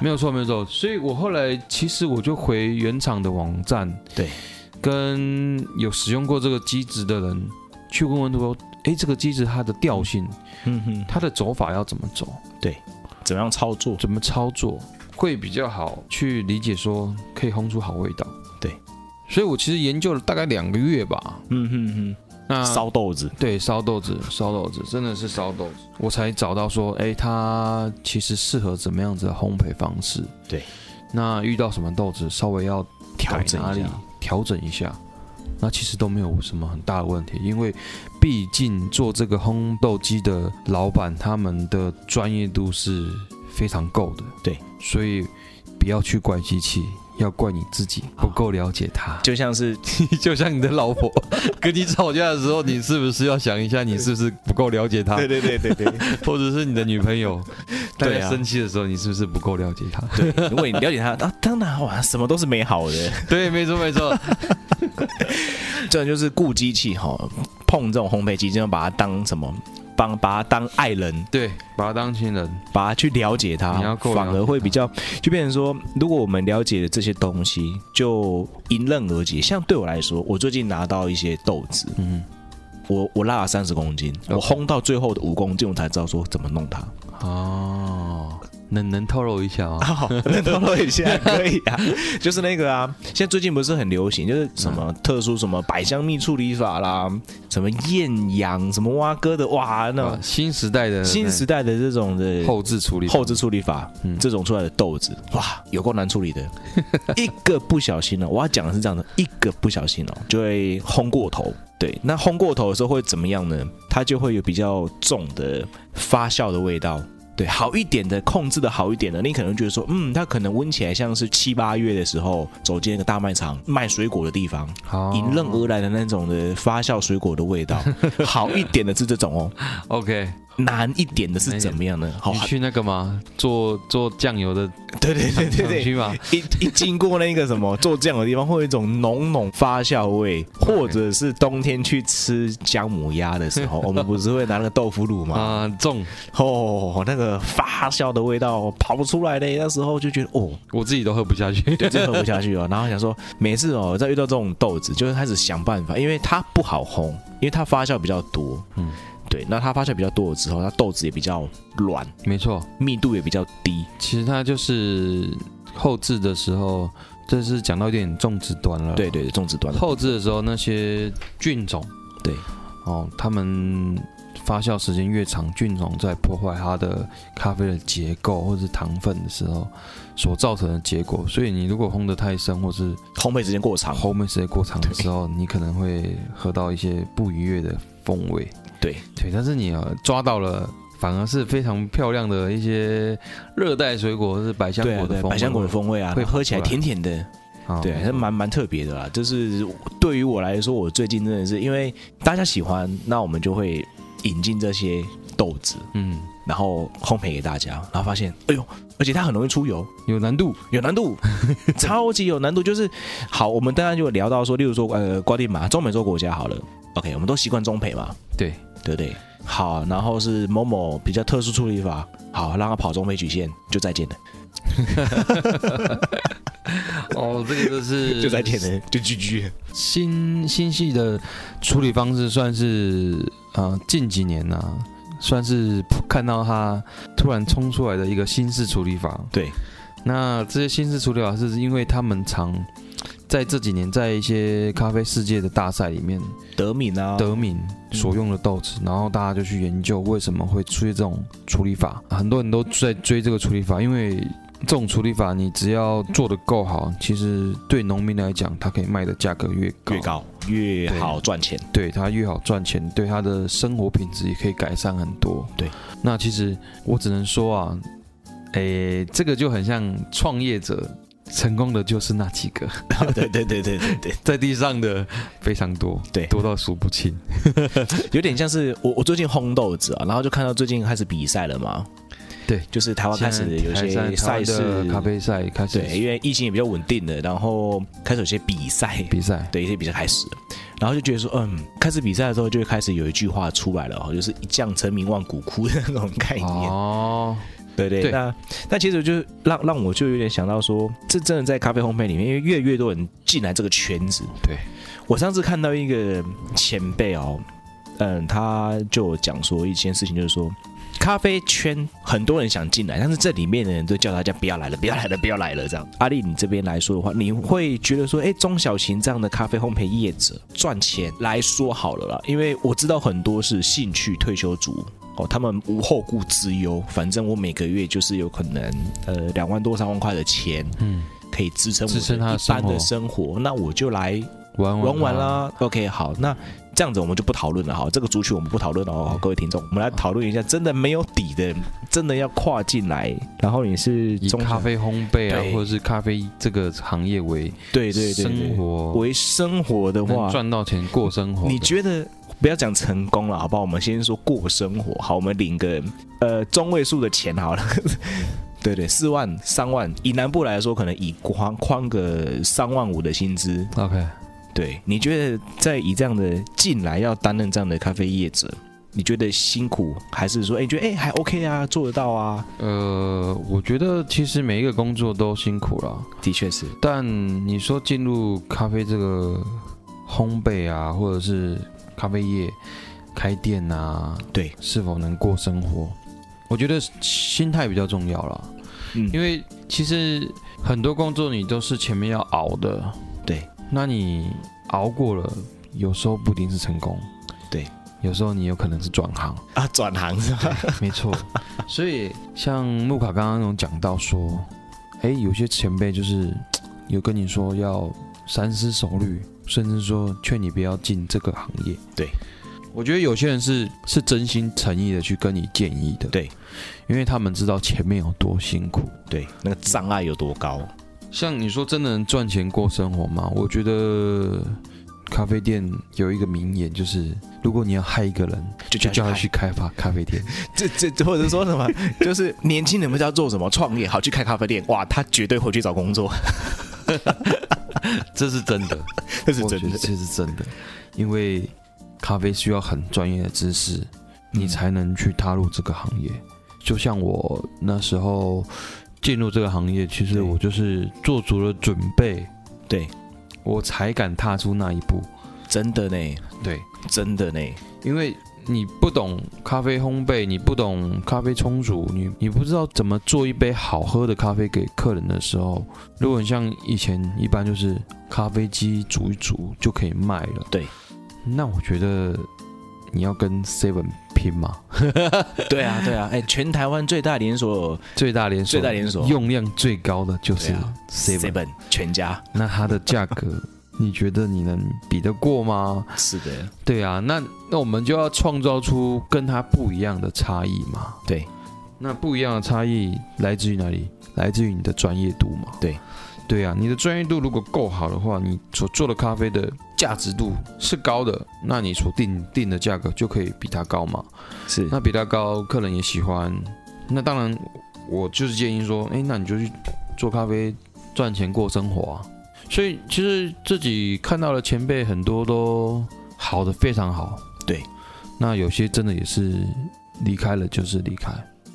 Speaker 3: 没有错，没有错。所以我后来其实我就回原厂的网站，
Speaker 6: 对，
Speaker 3: 跟有使用过这个机子的人去问问说，诶，这个机子它的调性，
Speaker 6: 嗯哼，
Speaker 3: 它的走法要怎么走？
Speaker 6: 怎么样操作？
Speaker 3: 怎么操作会比较好去理解，说可以烘出好味道。
Speaker 6: 对，
Speaker 3: 所以我其实研究了大概两个月吧。
Speaker 6: 嗯哼
Speaker 3: 那
Speaker 6: 哼，烧豆子。
Speaker 3: 对烧豆子，烧豆子真的是烧豆子，我才找到说，哎，它其实适合怎么样子的烘焙方式。
Speaker 6: 对，
Speaker 3: 那遇到什么豆子，稍微要
Speaker 6: 调
Speaker 3: 改
Speaker 6: 整
Speaker 3: 哪
Speaker 6: 一
Speaker 3: 里
Speaker 6: 下，
Speaker 3: 调整一下。那其实都没有什么很大的问题，因为毕竟做这个烘豆机的老板，他们的专业度是非常够的。
Speaker 6: 对，
Speaker 3: 所以不要去怪机器，要怪你自己不够了解它。
Speaker 6: 就像是
Speaker 3: 就像你的老婆跟你吵架的时候，你是不是要想一下，你是不是不够了解她，
Speaker 6: 对对对 对
Speaker 3: 或者是你的女朋 友，当
Speaker 6: 对
Speaker 3: 她
Speaker 6: 啊
Speaker 3: 生气的时候，你是不是不够了解她？
Speaker 6: 对，如果你了解他啊，当然哇，什么都是美好的。
Speaker 3: 对，没错没错，
Speaker 6: 这就是雇机器哈、碰这种烘焙机，就把它当什么？帮把它当爱人，
Speaker 3: 对，把她当亲人，
Speaker 6: 把它去了解
Speaker 3: 你要
Speaker 6: 它，
Speaker 3: 够了解
Speaker 6: 反
Speaker 3: 它
Speaker 6: 而会比较，就变成说，如果我们了解了这些东西，就迎刃而解。像对我来说，我最近拿到一些豆子，
Speaker 3: 嗯，
Speaker 6: 我我拉了三十公斤，我烘到最后的五公斤，我才知道说怎 么弄它。
Speaker 3: 哦，能能透露一下吗？
Speaker 6: 好，那透露一下可以啊， 就是那个啊，现在最近不是很流行，就是什么特殊什么百香蜜处理法啦，什么艳阳，什么蛙哥的哇，那
Speaker 3: 啊
Speaker 6: 种
Speaker 3: 新时代的
Speaker 6: 新时代的这种的
Speaker 3: 那后置处理法，
Speaker 6: 后置处理法，
Speaker 3: 嗯
Speaker 6: 这种出来的豆子，哇，有够难处理的， 一个不小心哦，我要讲的是这样的，一个不小心哦，就会烘过头。对，那烘过头的时候会怎么样呢？它就会有比较重的发酵的味道。对，好一点的控制的好一点的，你可能觉得说，嗯，它可能闻起来像是七八月的时候走进那个大卖场卖水果的地方，
Speaker 3: 好
Speaker 6: 迎刃而来的那种的发酵水果的 味道。好一点的是这种哦，
Speaker 3: OK，
Speaker 6: 难一点的是怎么样呢？好
Speaker 3: 你，去那个吗？做做酱油的
Speaker 6: 对对 对对
Speaker 3: 厂
Speaker 6: 对，
Speaker 3: 区吗？
Speaker 6: 一一经过那个什么做酱的地方，会有一种浓浓发酵 味，或者是冬天去吃姜母鸭的时 候，我们不是会拿那个豆腐乳吗？
Speaker 3: 啊，重，
Speaker 6: 哦，那个发酵的味道跑不出来嘞，那时候就觉得 哦，
Speaker 3: 我自己都喝不下去。
Speaker 6: 真喝不下去哦。然后想说，每次哦，在遇到这种豆子，就会开始想办法，因为它不好烘，因为它发酵比较多，嗯
Speaker 3: 嗯，
Speaker 6: 对，那它发酵比较多了之后，它豆子也比较软，
Speaker 3: 没错，
Speaker 6: 密度也比较低，
Speaker 3: 其实它就是后置的时候，这是讲到有点种植端了。
Speaker 6: 对，对对，种植端的
Speaker 3: 啊后置的时候那些菌种，
Speaker 6: 对，
Speaker 3: 哦，他们发酵时间越长，菌种在破坏它的咖啡的结构或是糖分的时候所造成的结果。所以你如果烘得太深，或是
Speaker 6: 烘焙时间过长，
Speaker 3: 烘焙时间过长的时候，你可能会喝到一些不愉悦的风味。
Speaker 6: 对
Speaker 3: 对，但是你、呃、抓到了反而是非常漂亮的一些热带水果，或是百香
Speaker 6: 对啊
Speaker 3: 果的
Speaker 6: 对啊
Speaker 3: 风味，
Speaker 6: 百香果的风味啊，
Speaker 3: 会
Speaker 6: 会喝起来哦
Speaker 3: 跑出
Speaker 6: 甜
Speaker 3: 来
Speaker 6: 甜的，
Speaker 3: 啊
Speaker 6: 对，还蛮蛮特别的啦。就是对于我来说，我最近真的是因为大家喜欢，那我们就会引进这些豆子，
Speaker 3: 嗯，
Speaker 6: 然后烘焙给大家，然后发现，哎呦，而且它很容易出油，
Speaker 3: 有难度，
Speaker 6: 有难度， 超级有难度。就是好，我们当然就聊到说，例如说呃，瓜地马中美洲国家好了，OK，我们都习惯中培嘛，
Speaker 3: 对
Speaker 6: 对不对？好，然后是某某比较特殊处理法，好，让它跑中培曲线就再见了，
Speaker 3: 哦，这个就是
Speaker 6: 就再见了，就 GG 了。
Speaker 3: 新新系的处理方式算是呃近几年呐、算是看到它突然冲出来的一个新式处理法。
Speaker 6: 对，
Speaker 3: 那这些新式处理法是因为他们常在这几年在一些咖啡世界的大赛里面
Speaker 6: 德敏啊，
Speaker 3: 得名所用的豆子，然后大家就去研究为什么会出现这种处理法。很多人都在追这个处理法，因为这种处理法你只要做得够好，其实对农民来讲，它可以卖的价格越高
Speaker 6: 越高越
Speaker 3: 对
Speaker 6: 好赚钱。
Speaker 3: 对他越好赚钱，对他的生活品质也可以改善很多。
Speaker 6: 对，
Speaker 3: 那其实我只能说啊，诶，这个就很像创业者。成功的就是那几个，
Speaker 6: 对对对对对对，
Speaker 3: 在地上的非常多，
Speaker 6: 对
Speaker 3: 多到数不清。
Speaker 6: 有点像是我我最近烘豆子啊，然后就看到最近开始比赛了嘛。
Speaker 3: 对，
Speaker 6: 就是台湾
Speaker 3: 哦
Speaker 6: 开始有一
Speaker 3: 现在
Speaker 6: 些
Speaker 3: 台
Speaker 6: 赛
Speaker 3: 湾
Speaker 6: 事
Speaker 3: 的，咖啡赛开始
Speaker 6: 对，因为疫情也比较稳定了，然后开始有些比赛，
Speaker 3: 比赛，
Speaker 6: 对，一些比赛开始了，然后就觉得说，嗯，开始比赛的时候就会开始有一句话出来了哦，就是一将成名万骨枯的那种概念。
Speaker 3: 哦，
Speaker 6: 对对，
Speaker 3: 对
Speaker 6: 那那其实就让让我就有点想到说，这真的在咖啡烘焙里面，因为越来越多人进来这个圈子。
Speaker 3: 对，
Speaker 6: 我上次看到一个前辈哦，嗯，他就有讲说一件事情，就是说。咖啡圈很多人想进来，但是这里面的人都叫大家不要来了，不要来了，不要来了这样。阿丽，你这边来说的话，你会觉得说，哎、中小型这样的咖啡烘焙业者赚钱来说好了啦，因为我知道很多是兴趣退休族，哦，他们无后顾之忧，反正我每个月就是有可能呃两万多三万块的钱
Speaker 3: 嗯，
Speaker 6: 可以支撑我
Speaker 3: 支撑他
Speaker 6: 的
Speaker 3: 的
Speaker 6: 一般
Speaker 3: 生
Speaker 6: 的
Speaker 3: 哦
Speaker 6: 生活，那我就来
Speaker 3: 玩
Speaker 6: 玩玩
Speaker 3: 它，
Speaker 6: 啦。OK，好，那这样子我们就不讨论了哈，这个族群我们不讨论了
Speaker 3: 嗯
Speaker 6: 哦，各位听众，我们来讨论一下，真的没有底的，真的要跨进来，然后你是
Speaker 3: 以
Speaker 6: 中
Speaker 3: 咖啡烘焙啊
Speaker 6: 对，
Speaker 3: 或者是咖啡这个行业为
Speaker 6: 对对对
Speaker 3: 生
Speaker 6: 对，
Speaker 3: 活，
Speaker 6: 为生活的
Speaker 3: 能
Speaker 6: 话，
Speaker 3: 赚到钱过生活的，
Speaker 6: 你觉得不要讲成功了，好不好？我们先说过生活，好，我们领个呃中位数的钱好了。 对对，四万、三万，以南部来说，可能以框框个三万五的薪资。
Speaker 3: OK？
Speaker 6: 对，你觉得在以这样的进来要担任这样的咖啡业者，你觉得辛苦，还是说，哎，你觉得哎还 OK 啊，做得到啊？
Speaker 3: 呃，我觉得其实每一个工作都辛苦了，
Speaker 6: 的确是，
Speaker 3: 但你说进入咖啡这个烘焙啊，或者是咖啡业开店啊，
Speaker 6: 对，
Speaker 3: 是否能过生活？我觉得心态比较重要啦，
Speaker 6: 嗯，
Speaker 3: 因为其实很多工作你都是前面要熬的，
Speaker 6: 对，
Speaker 3: 那你熬过了，有时候不一定是成功，
Speaker 6: 对，
Speaker 3: 有时候你有可能是转 行，
Speaker 6: 啊转行是吧？
Speaker 3: 没错，所以像木卡刚刚有讲到说，哎，有些前辈就是有跟你说要三思熟虑，甚至说劝你不要进这个行业。
Speaker 6: 对，
Speaker 3: 我觉得有些人是是真心诚意的去跟你建议的。
Speaker 6: 对，
Speaker 3: 因为他们知道前面有多辛苦。
Speaker 6: 对，那个障碍有多高？
Speaker 3: 像你说真的能赚钱过生活吗？我觉得咖啡店有一个名言就是，如果你要害一个人，
Speaker 6: 就
Speaker 3: 就叫他
Speaker 6: 开
Speaker 3: 去开发咖啡店。
Speaker 6: 这这这或者说什么，就是年轻人不知道做什么，创业好去开咖啡店，哇，他绝对回去找工作，
Speaker 3: 这是真的。
Speaker 6: 这是
Speaker 3: 我
Speaker 6: 真
Speaker 3: 觉得
Speaker 6: 的。
Speaker 3: 这是真的，因为咖啡需要很专业的知识，
Speaker 6: 嗯
Speaker 3: 你才能去踏入这个行业。就像我那时候进入这个行业，其
Speaker 6: 对
Speaker 3: 实我就是做足了准备，
Speaker 6: 对，
Speaker 3: 我才敢踏出那一步。
Speaker 6: 真的呢，
Speaker 3: 对，
Speaker 6: 真的呢，
Speaker 3: 因为你不懂咖啡烘焙，你不懂咖啡冲煮，你你不知道怎么做一杯好喝的咖啡给客人的时候，如果你像以前一般就是咖啡机煮一煮就可以卖了，
Speaker 6: 对，
Speaker 3: 那我觉得你要跟 Seven 拼嘛，
Speaker 6: 对啊，对啊，哎，全台湾最大连锁
Speaker 3: 最大连锁，
Speaker 6: 最大连锁
Speaker 3: 用量最高的就是
Speaker 6: 对啊
Speaker 3: Seven，、
Speaker 6: seven 全家，
Speaker 3: 那它的价格你觉得你能比得过吗？
Speaker 6: 是的，
Speaker 3: 对啊，那那我们就要创造出跟他不一样的差异嘛。
Speaker 6: 对，
Speaker 3: 那不一样的差异来自于哪里？来自于你的专业度嘛。
Speaker 6: 对，
Speaker 3: 对啊，你的专业度如果够好的话，你所做的咖啡的价值度是高的，那你所定定的价格就可以比它高嘛。
Speaker 6: 是
Speaker 3: 那比它高，客人也喜欢。那当然，我就是建议说，哎，那你就去做咖啡赚钱过生活啊。所以其实自己看到的前辈很多都好的非常好，
Speaker 6: 对。
Speaker 3: 那有些真的也是离开了就是离开，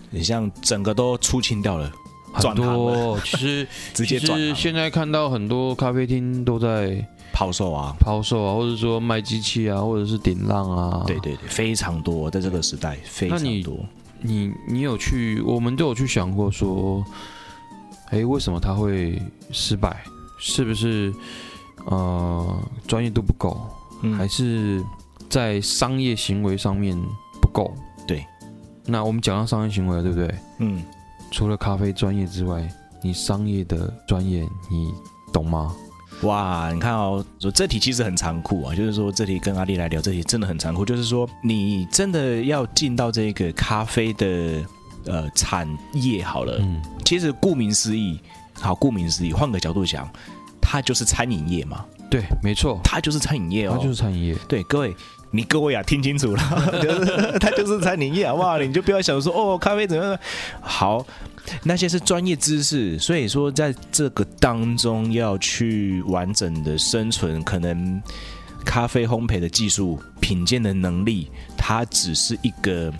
Speaker 6: 你像整个都出清掉了，
Speaker 3: 很
Speaker 6: 转行
Speaker 3: 多其实
Speaker 6: 直接
Speaker 3: 其
Speaker 6: 转
Speaker 3: 实
Speaker 6: 行
Speaker 3: 现在看到很多咖啡厅都在
Speaker 6: 抛售啊，
Speaker 3: 抛售啊，或者说卖机器啊，或者是顶浪啊。
Speaker 6: 对，对对，非常多，在这个时代非
Speaker 3: 那你
Speaker 6: 常多。
Speaker 3: 你你有去，我们都有去想过说，哎，为什么他会失败？是不是呃专业度不够？
Speaker 6: 嗯
Speaker 3: 还是在商业行为上面不够。
Speaker 6: 对，
Speaker 3: 那我们讲到商业行为了，对不对？
Speaker 6: 嗯，
Speaker 3: 除了咖啡专业之外，你商业的专业你懂吗？
Speaker 6: 哇，你看哦，说这题其实很残酷啊，就是说这题跟阿丽来聊，这题真的很残酷，就是说你真的要进到这个咖啡的呃产业好了，
Speaker 3: 嗯，
Speaker 6: 其实顾名思义，好，顾名思义，换个角度想，它就是餐饮业嘛，
Speaker 3: 对，没错，
Speaker 6: 它就是餐饮业哦，
Speaker 3: 它就是餐饮业。
Speaker 6: 对各位。你各位啊，听清楚了， 就是它就是餐饮业，好不好？你就不要想说哦，咖啡怎么样？好，那些是专业知识，所以说在这个当中要去完整的生存，可能咖啡烘焙的技术、品鉴的能力，它只是一个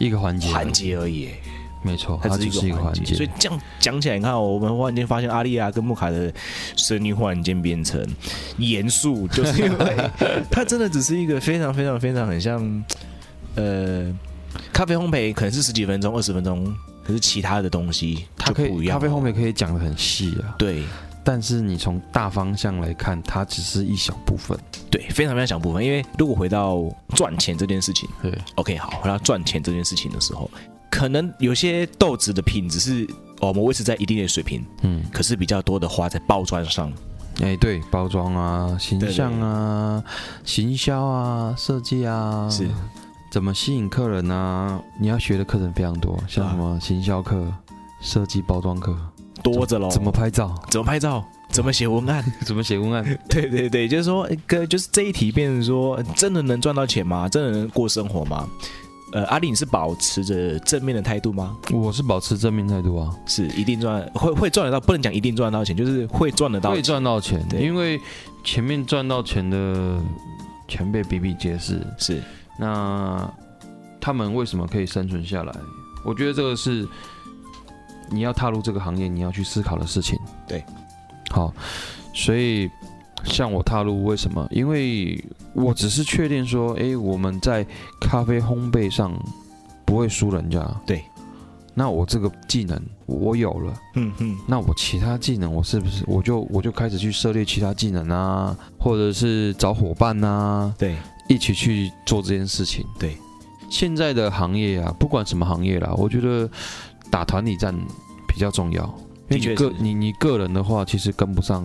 Speaker 3: 一个环节，
Speaker 6: 环，节而已。
Speaker 3: 没错，
Speaker 6: 它
Speaker 3: 它
Speaker 6: 只
Speaker 3: 只
Speaker 6: 是
Speaker 3: 是
Speaker 6: 一
Speaker 3: 一
Speaker 6: 个
Speaker 3: 个
Speaker 6: 环
Speaker 3: 环
Speaker 6: 节。
Speaker 3: 节。
Speaker 6: 所以这样讲起来，你看哦，我们忽然间发现阿丽亚跟穆卡的声音忽然间变成严肃，就是因 为它真的只是一个非常非常非常很像，呃，咖啡烘焙可能是十几分钟、二十分钟，可是其他的东西
Speaker 3: 它
Speaker 6: 就
Speaker 3: 可
Speaker 6: 不一
Speaker 3: 以，
Speaker 6: 样
Speaker 3: 咖
Speaker 6: 了。
Speaker 3: 啡烘焙可以讲的很细啊，
Speaker 6: 对
Speaker 3: 但是你从大方向来看，它只是一小部分。
Speaker 6: 对，非常非常小部分。因为如果回到赚钱这件事情
Speaker 3: 对，
Speaker 6: ，OK，好，回到赚钱这件事情的时候，可能有些豆子的品质是。哦，我们维持在一定的水平，
Speaker 3: 嗯，
Speaker 6: 可是比较多的花在包装上，
Speaker 3: 哎、对，包装啊，形
Speaker 6: 对对
Speaker 3: 象啊，行销啊，设计啊，
Speaker 6: 是
Speaker 3: 怎么吸引客人啊？你要学的课程非常多，像
Speaker 6: 啊
Speaker 3: 什么行销课、设计包装课，
Speaker 6: 多着喽。
Speaker 3: 怎么拍 照，
Speaker 6: 怎么拍照？怎么写文案？
Speaker 3: 怎么写文案，
Speaker 6: 对对对，就是说，呃哥，就是这一题变成说，真的能赚到钱吗？真的能过生活吗？呃，阿丽，你是保持着正面的态度吗？
Speaker 3: 我是保持正面态度啊，
Speaker 6: 是，一定赚，会会赚得到，不能讲一定赚得到钱，就是会赚得到
Speaker 3: 会
Speaker 6: 钱。
Speaker 3: 赚到钱，
Speaker 6: 对
Speaker 3: 因为前面赚到钱的前辈比比皆是。
Speaker 6: 是，
Speaker 3: 那他们为什么可以生存下来？我觉得这个是你要踏入这个行业，你要去思考的事情。
Speaker 6: 对，
Speaker 3: 好，所以像我踏入，为什么？因为我只是确定说，诶，我们在咖啡烘焙上不会输人家。
Speaker 6: 对，
Speaker 3: 那我这个技能我有了。
Speaker 6: 嗯嗯，
Speaker 3: 那我其他技能，我是不是我就我就开始去涉猎其他技能啊，或者是找伙伴啊，
Speaker 6: 对，
Speaker 3: 一起去做这件事情。
Speaker 6: 对，
Speaker 3: 现在的行业啊，不管什么行业啦，我觉得打团体战比较重要。因为
Speaker 6: 的确
Speaker 3: 你个
Speaker 6: 是
Speaker 3: 你你个人的话，其实跟不上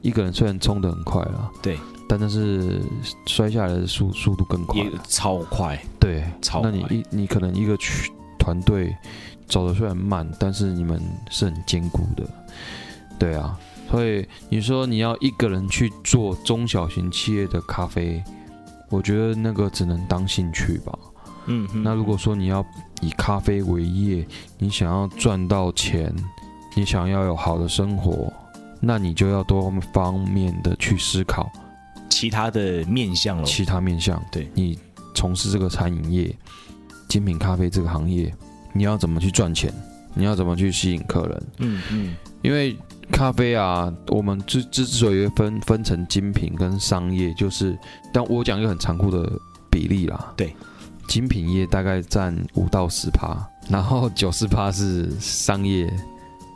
Speaker 3: 一个人，虽然冲得很快啦，
Speaker 6: 对，
Speaker 3: 但但是摔下来的速速度更快
Speaker 6: 也
Speaker 3: 啦。
Speaker 6: 超快，
Speaker 3: 对，
Speaker 6: 超
Speaker 3: 那
Speaker 6: 快。
Speaker 3: 你一你可能一个区团队走的虽然慢，但是你们是很坚固的，对啊。所以你说你要一个人去做中小型企业的咖啡，我觉得那个只能当兴趣吧。
Speaker 6: 嗯，嗯
Speaker 3: 那如果说你要以咖啡为业，你想要赚到钱，你想要有好的生活，那你就要多方面的去思考。
Speaker 6: 其他的面向了，
Speaker 3: 其他面向，
Speaker 6: 哦对
Speaker 3: 你从事这个餐饮业、精品咖啡这个行业，你要怎么去赚钱？你要怎么去吸引客人？
Speaker 6: 嗯嗯，
Speaker 3: 因为咖啡啊，我们之之所以会分分成精品跟商业，就是，但我讲一个很残酷的比例啦。
Speaker 6: 对，
Speaker 3: 精品业大概占五到十趴，
Speaker 6: 嗯
Speaker 3: 然后九十趴是商业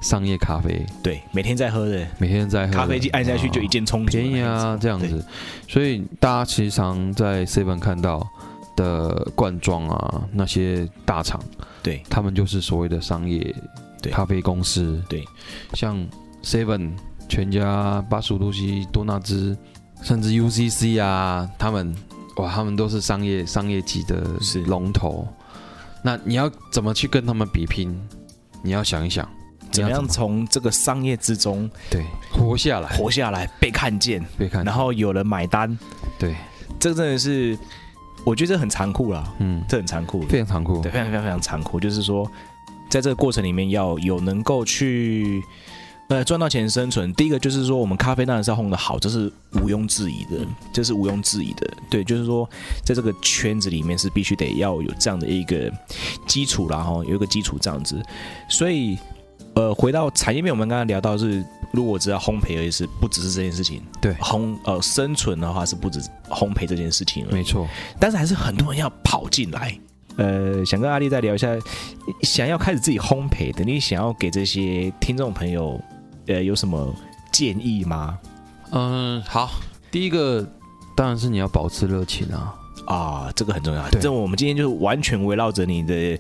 Speaker 3: 商业咖啡，
Speaker 6: 对，每天在喝的
Speaker 3: 每天在喝的
Speaker 6: 咖啡机按下去就一
Speaker 3: 啊
Speaker 6: 键冲出来
Speaker 3: 便宜啊，这样
Speaker 6: 对
Speaker 3: 子。所以大家其实常在 Seven 看到的罐装啊，那些大厂，
Speaker 6: 对
Speaker 3: 他们就是所谓的商业
Speaker 6: 对
Speaker 3: 咖啡公司，
Speaker 6: 对，
Speaker 3: 像 Seven、全家、八十五度 C、多纳兹，甚至 UCC 啊，他们哇，他们都是商业商业级的
Speaker 6: 是
Speaker 3: 龙头。那你要怎么去跟他们比拼？你要想一想，
Speaker 6: 怎么
Speaker 3: 你要
Speaker 6: 样从这个商业之中
Speaker 3: 对活下来？
Speaker 6: 活下来，被看见，
Speaker 3: 别看，
Speaker 6: 然后有人买单，
Speaker 3: 嗯对，
Speaker 6: 这真的是，我觉得这很残酷啦，
Speaker 3: 嗯，
Speaker 6: 这很残酷，
Speaker 3: 非常残酷
Speaker 6: 对，。非常非常非常残酷。就是说，在这个过程里面要有能够去呃赚到钱生存。第一个就是说，我们咖啡当然是要烘的好，这是毋庸置疑的，这是毋庸置疑的。对，就是说，在这个圈子里面是必须得要有这样的一个基础啦，然后有一个基础这样子。所以，呃，回到产业面，我们刚才聊到是。如果只要烘焙而已，是不只是这件事情。
Speaker 3: 对
Speaker 6: 烘呃生存的话是不止烘焙这件事情而已。
Speaker 3: 没错，
Speaker 6: 但是还是很多人要跑进来。呃，想跟阿丽再聊一下，想要开始自己烘焙的，你想要给这些听众朋友，呃，有什么建议吗？
Speaker 3: 嗯，好，第一个当然是你要保持热情啊。
Speaker 6: 啊，这个很重要。
Speaker 3: 对
Speaker 6: 这我们今天就是完全围绕着你的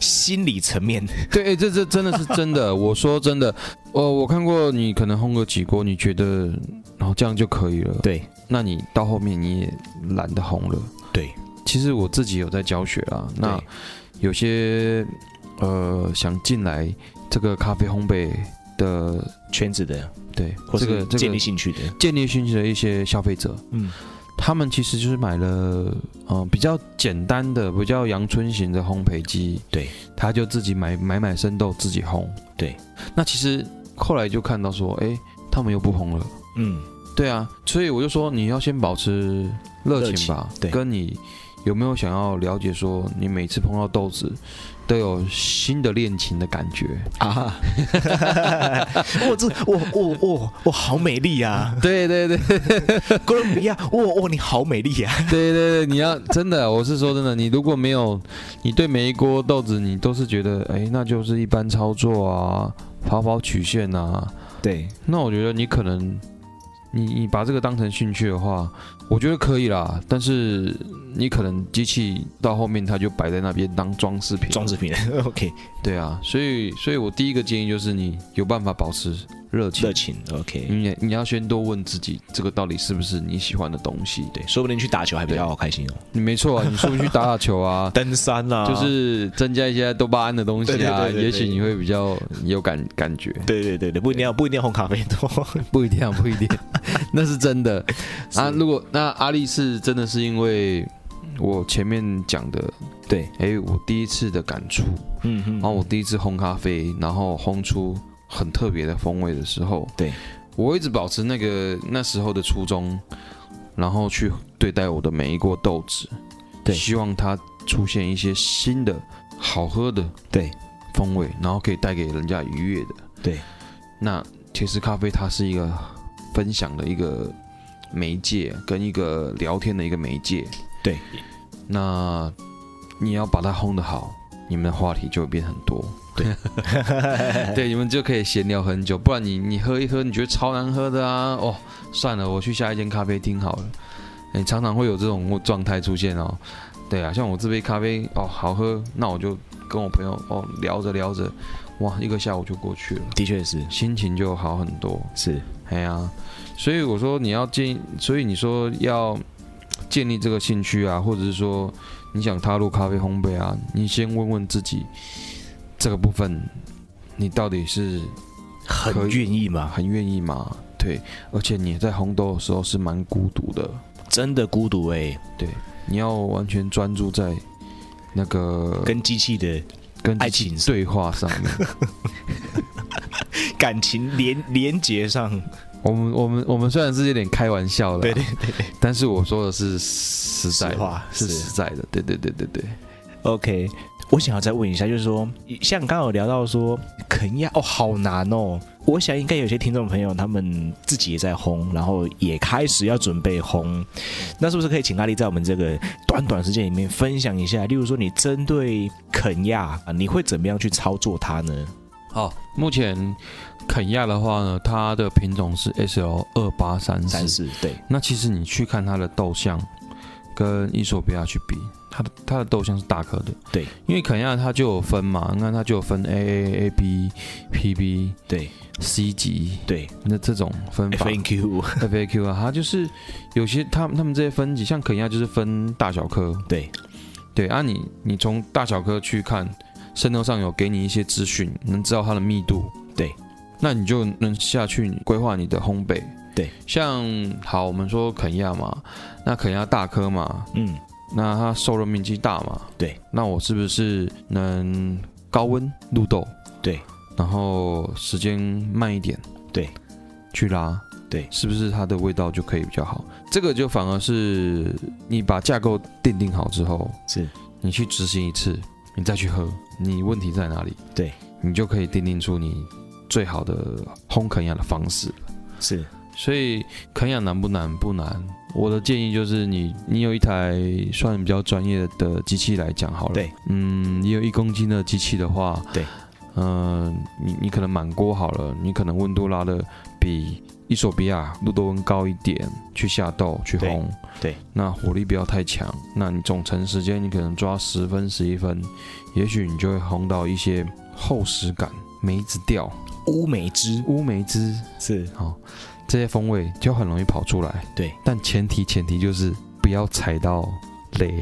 Speaker 6: 心理层面。
Speaker 3: 对，欸这这真的是真的。我说真的，呃，我看过你可能烘个几锅，你觉得然后这样就可以了。
Speaker 6: 对，
Speaker 3: 那你到后面你也懒得烘了。
Speaker 6: 对，
Speaker 3: 其实我自己有在教学啦。那
Speaker 6: 对
Speaker 3: 有些呃想进来这个咖啡烘焙的，
Speaker 6: 圈子的，
Speaker 3: 对
Speaker 6: 或
Speaker 3: 这个
Speaker 6: 是
Speaker 3: 这
Speaker 6: 建
Speaker 3: 个
Speaker 6: 立兴趣的，
Speaker 3: 建立兴趣的一些消费者，
Speaker 6: 嗯，
Speaker 3: 他们其实就是买了呃比较简单的、比较阳春型的烘焙机，
Speaker 6: 对，
Speaker 3: 他就自己买买买生豆自己烘，
Speaker 6: 对。
Speaker 3: 那其实后来就看到说，哎，他们又不烘了，
Speaker 6: 嗯，
Speaker 3: 对啊，所以我就说你要先保持热情吧，
Speaker 6: 对
Speaker 3: 跟你有没有想要了解说，你每次碰到豆子都有新的恋情的感觉，
Speaker 6: 啊， 我这我我我我好美丽啊，
Speaker 3: 对对对
Speaker 6: 哥伦比亚，我我你好美丽啊，
Speaker 3: 对对对，你要真的，我是说真的，你如果没有，你对每一锅豆子你都是觉得，哎，那就是一般操作啊，跑跑曲线啊，
Speaker 6: 对，
Speaker 3: 那我觉得你可能，你你把这个当成兴趣的话，我觉得可以啦。但是你可能机器到后面它就摆在那边当装饰品，
Speaker 6: 装饰品 ，OK，
Speaker 3: 对啊，所以所以我第一个建议就是你有办法保持热情
Speaker 6: 热，情，OK，
Speaker 3: 你也你要先多问自己这个到底是不是你喜欢的东西。对，
Speaker 6: 对，说不定去打球还比较好开心哦。。
Speaker 3: 你没错啊，你说不定去打打球啊
Speaker 6: 登山啦、
Speaker 3: 就是增加一些多巴胺的东西
Speaker 6: 对对
Speaker 3: 啊，
Speaker 6: 对对对
Speaker 3: 也许你会比较有感感觉。
Speaker 6: 对对对对，不一定要不一定要烘咖啡豆。
Speaker 3: 不一定啊，不 一定，那是真的啊。如果那阿力是真的是因为我前面讲的，
Speaker 6: 对，
Speaker 3: 哎、我第一次的感触，
Speaker 6: 嗯嗯
Speaker 3: 然后我第一次烘咖啡，然后烘出很特别的风味的时候，
Speaker 6: 对
Speaker 3: 我一直保持那个那时候的初衷，然后去对待我的每一锅豆子，
Speaker 6: 对
Speaker 3: 希望它出现一些新的好喝的
Speaker 6: 对
Speaker 3: 风味，然后可以带给人家愉悦的。
Speaker 6: 对，
Speaker 3: 那其实咖啡它是一个分享的一个媒介，跟一个聊天的一个媒介。
Speaker 6: 对，
Speaker 3: 那你要把它烘得好，你们的话题就会变很多。 对，对，你们就可以闲聊很久，不然你你喝一喝，你觉得超难喝的啊！哦，算了，我去下一间咖啡厅好了。你、常常会有这种状态出现哦。对啊，像我这杯咖啡哦好喝，那我就跟我朋友哦聊着聊着，哇，一个下午就过去了，
Speaker 6: 的确是
Speaker 3: 心情就好很多。
Speaker 6: 是，
Speaker 3: 哎呀、所以我说你要建，所以你说要建立这个兴趣啊，或者是说你想踏入咖啡烘焙啊，你先问问自己这个部分，你到底是可
Speaker 6: 很
Speaker 3: 以
Speaker 6: 愿意嘛，
Speaker 3: 很愿意吗？对，而且你在烘豆的时候是蛮孤独的，
Speaker 6: 真的孤独哎、
Speaker 3: 你要完全专注在那个
Speaker 6: 跟机器的
Speaker 3: 跟
Speaker 6: 爱
Speaker 3: 自己
Speaker 6: 情是
Speaker 3: 对话上面。
Speaker 6: 感情连连接上，
Speaker 3: 我们我们我们虽然是有点开玩笑的，
Speaker 6: 对对
Speaker 3: 对，但是我说的是实在
Speaker 6: 实
Speaker 3: 的
Speaker 6: 话
Speaker 3: 是
Speaker 6: 是
Speaker 3: 实在的，对对对对对，
Speaker 6: OK，我想要再问一下，就是说，像刚刚有聊到说肯亚哦，好难哦。我想应该有些听众朋友他们自己也在烘，然后也开始要准备烘，那是不是可以请阿丽在我们这个短短时间里面分享一下？例如说，你针对肯亚，啊你会怎么样去操作它呢？
Speaker 3: 好，目前肯亚的话呢，它的品种是 S L 二八三
Speaker 6: 三
Speaker 3: 四，
Speaker 6: 四对
Speaker 3: 那其实你去看它的豆相跟伊索比亚去比，它的它的豆浆是大颗的，
Speaker 6: 对，
Speaker 3: 因为肯亚它就有分嘛，你看它就有分 A A A B P B
Speaker 6: 对
Speaker 3: C 级，
Speaker 6: 对
Speaker 3: 那这种分法
Speaker 6: ，F N Q，
Speaker 3: F A Q 啊，它就是有些他们他们这些分级，像肯亚就是分大小颗，
Speaker 6: 对
Speaker 3: 对啊你，你从大小颗去看，渗透上有给你一些资讯，能知道它的密度，
Speaker 6: 对，
Speaker 3: 那你就能下去规划你的烘焙，
Speaker 6: 对，
Speaker 3: 像好我们说肯亚嘛，那肯亚大颗嘛，
Speaker 6: 嗯，
Speaker 3: 那它受热面积大嘛，
Speaker 6: 对，
Speaker 3: 那我是不是能高温入豆？
Speaker 6: 对，
Speaker 3: 然后时间慢一点，
Speaker 6: 对，
Speaker 3: 去拉，
Speaker 6: 对
Speaker 3: 是不是它的味道就可以比较好？这个就反而是你把架构奠定好之后，
Speaker 6: 是
Speaker 3: 你去执行一次，你再去喝，你问题在哪里？
Speaker 6: 对，
Speaker 3: 你就可以奠定出你最好的烘肯亚的方式。
Speaker 6: 是
Speaker 3: 所以肯养难不难？不难。我的建议就是你，你有一台算比较专业的机器来讲好了。
Speaker 6: 对，
Speaker 3: 嗯，你有一公斤的机器的话，
Speaker 6: 对，
Speaker 3: 嗯、你你可能满锅好了，你可能温度拉的比伊索比亚路多温高一点，去下豆去
Speaker 6: 对
Speaker 3: 烘。
Speaker 6: 对
Speaker 3: 那火力不要太强，那你总成时间你可能抓十分十一分，也许你就会烘到一些厚实感、梅子调、
Speaker 6: 乌梅汁，
Speaker 3: 乌梅汁。
Speaker 6: 是
Speaker 3: 好，这些风味就很容易跑出来。
Speaker 6: 对，
Speaker 3: 但前提前提就是不要踩到雷。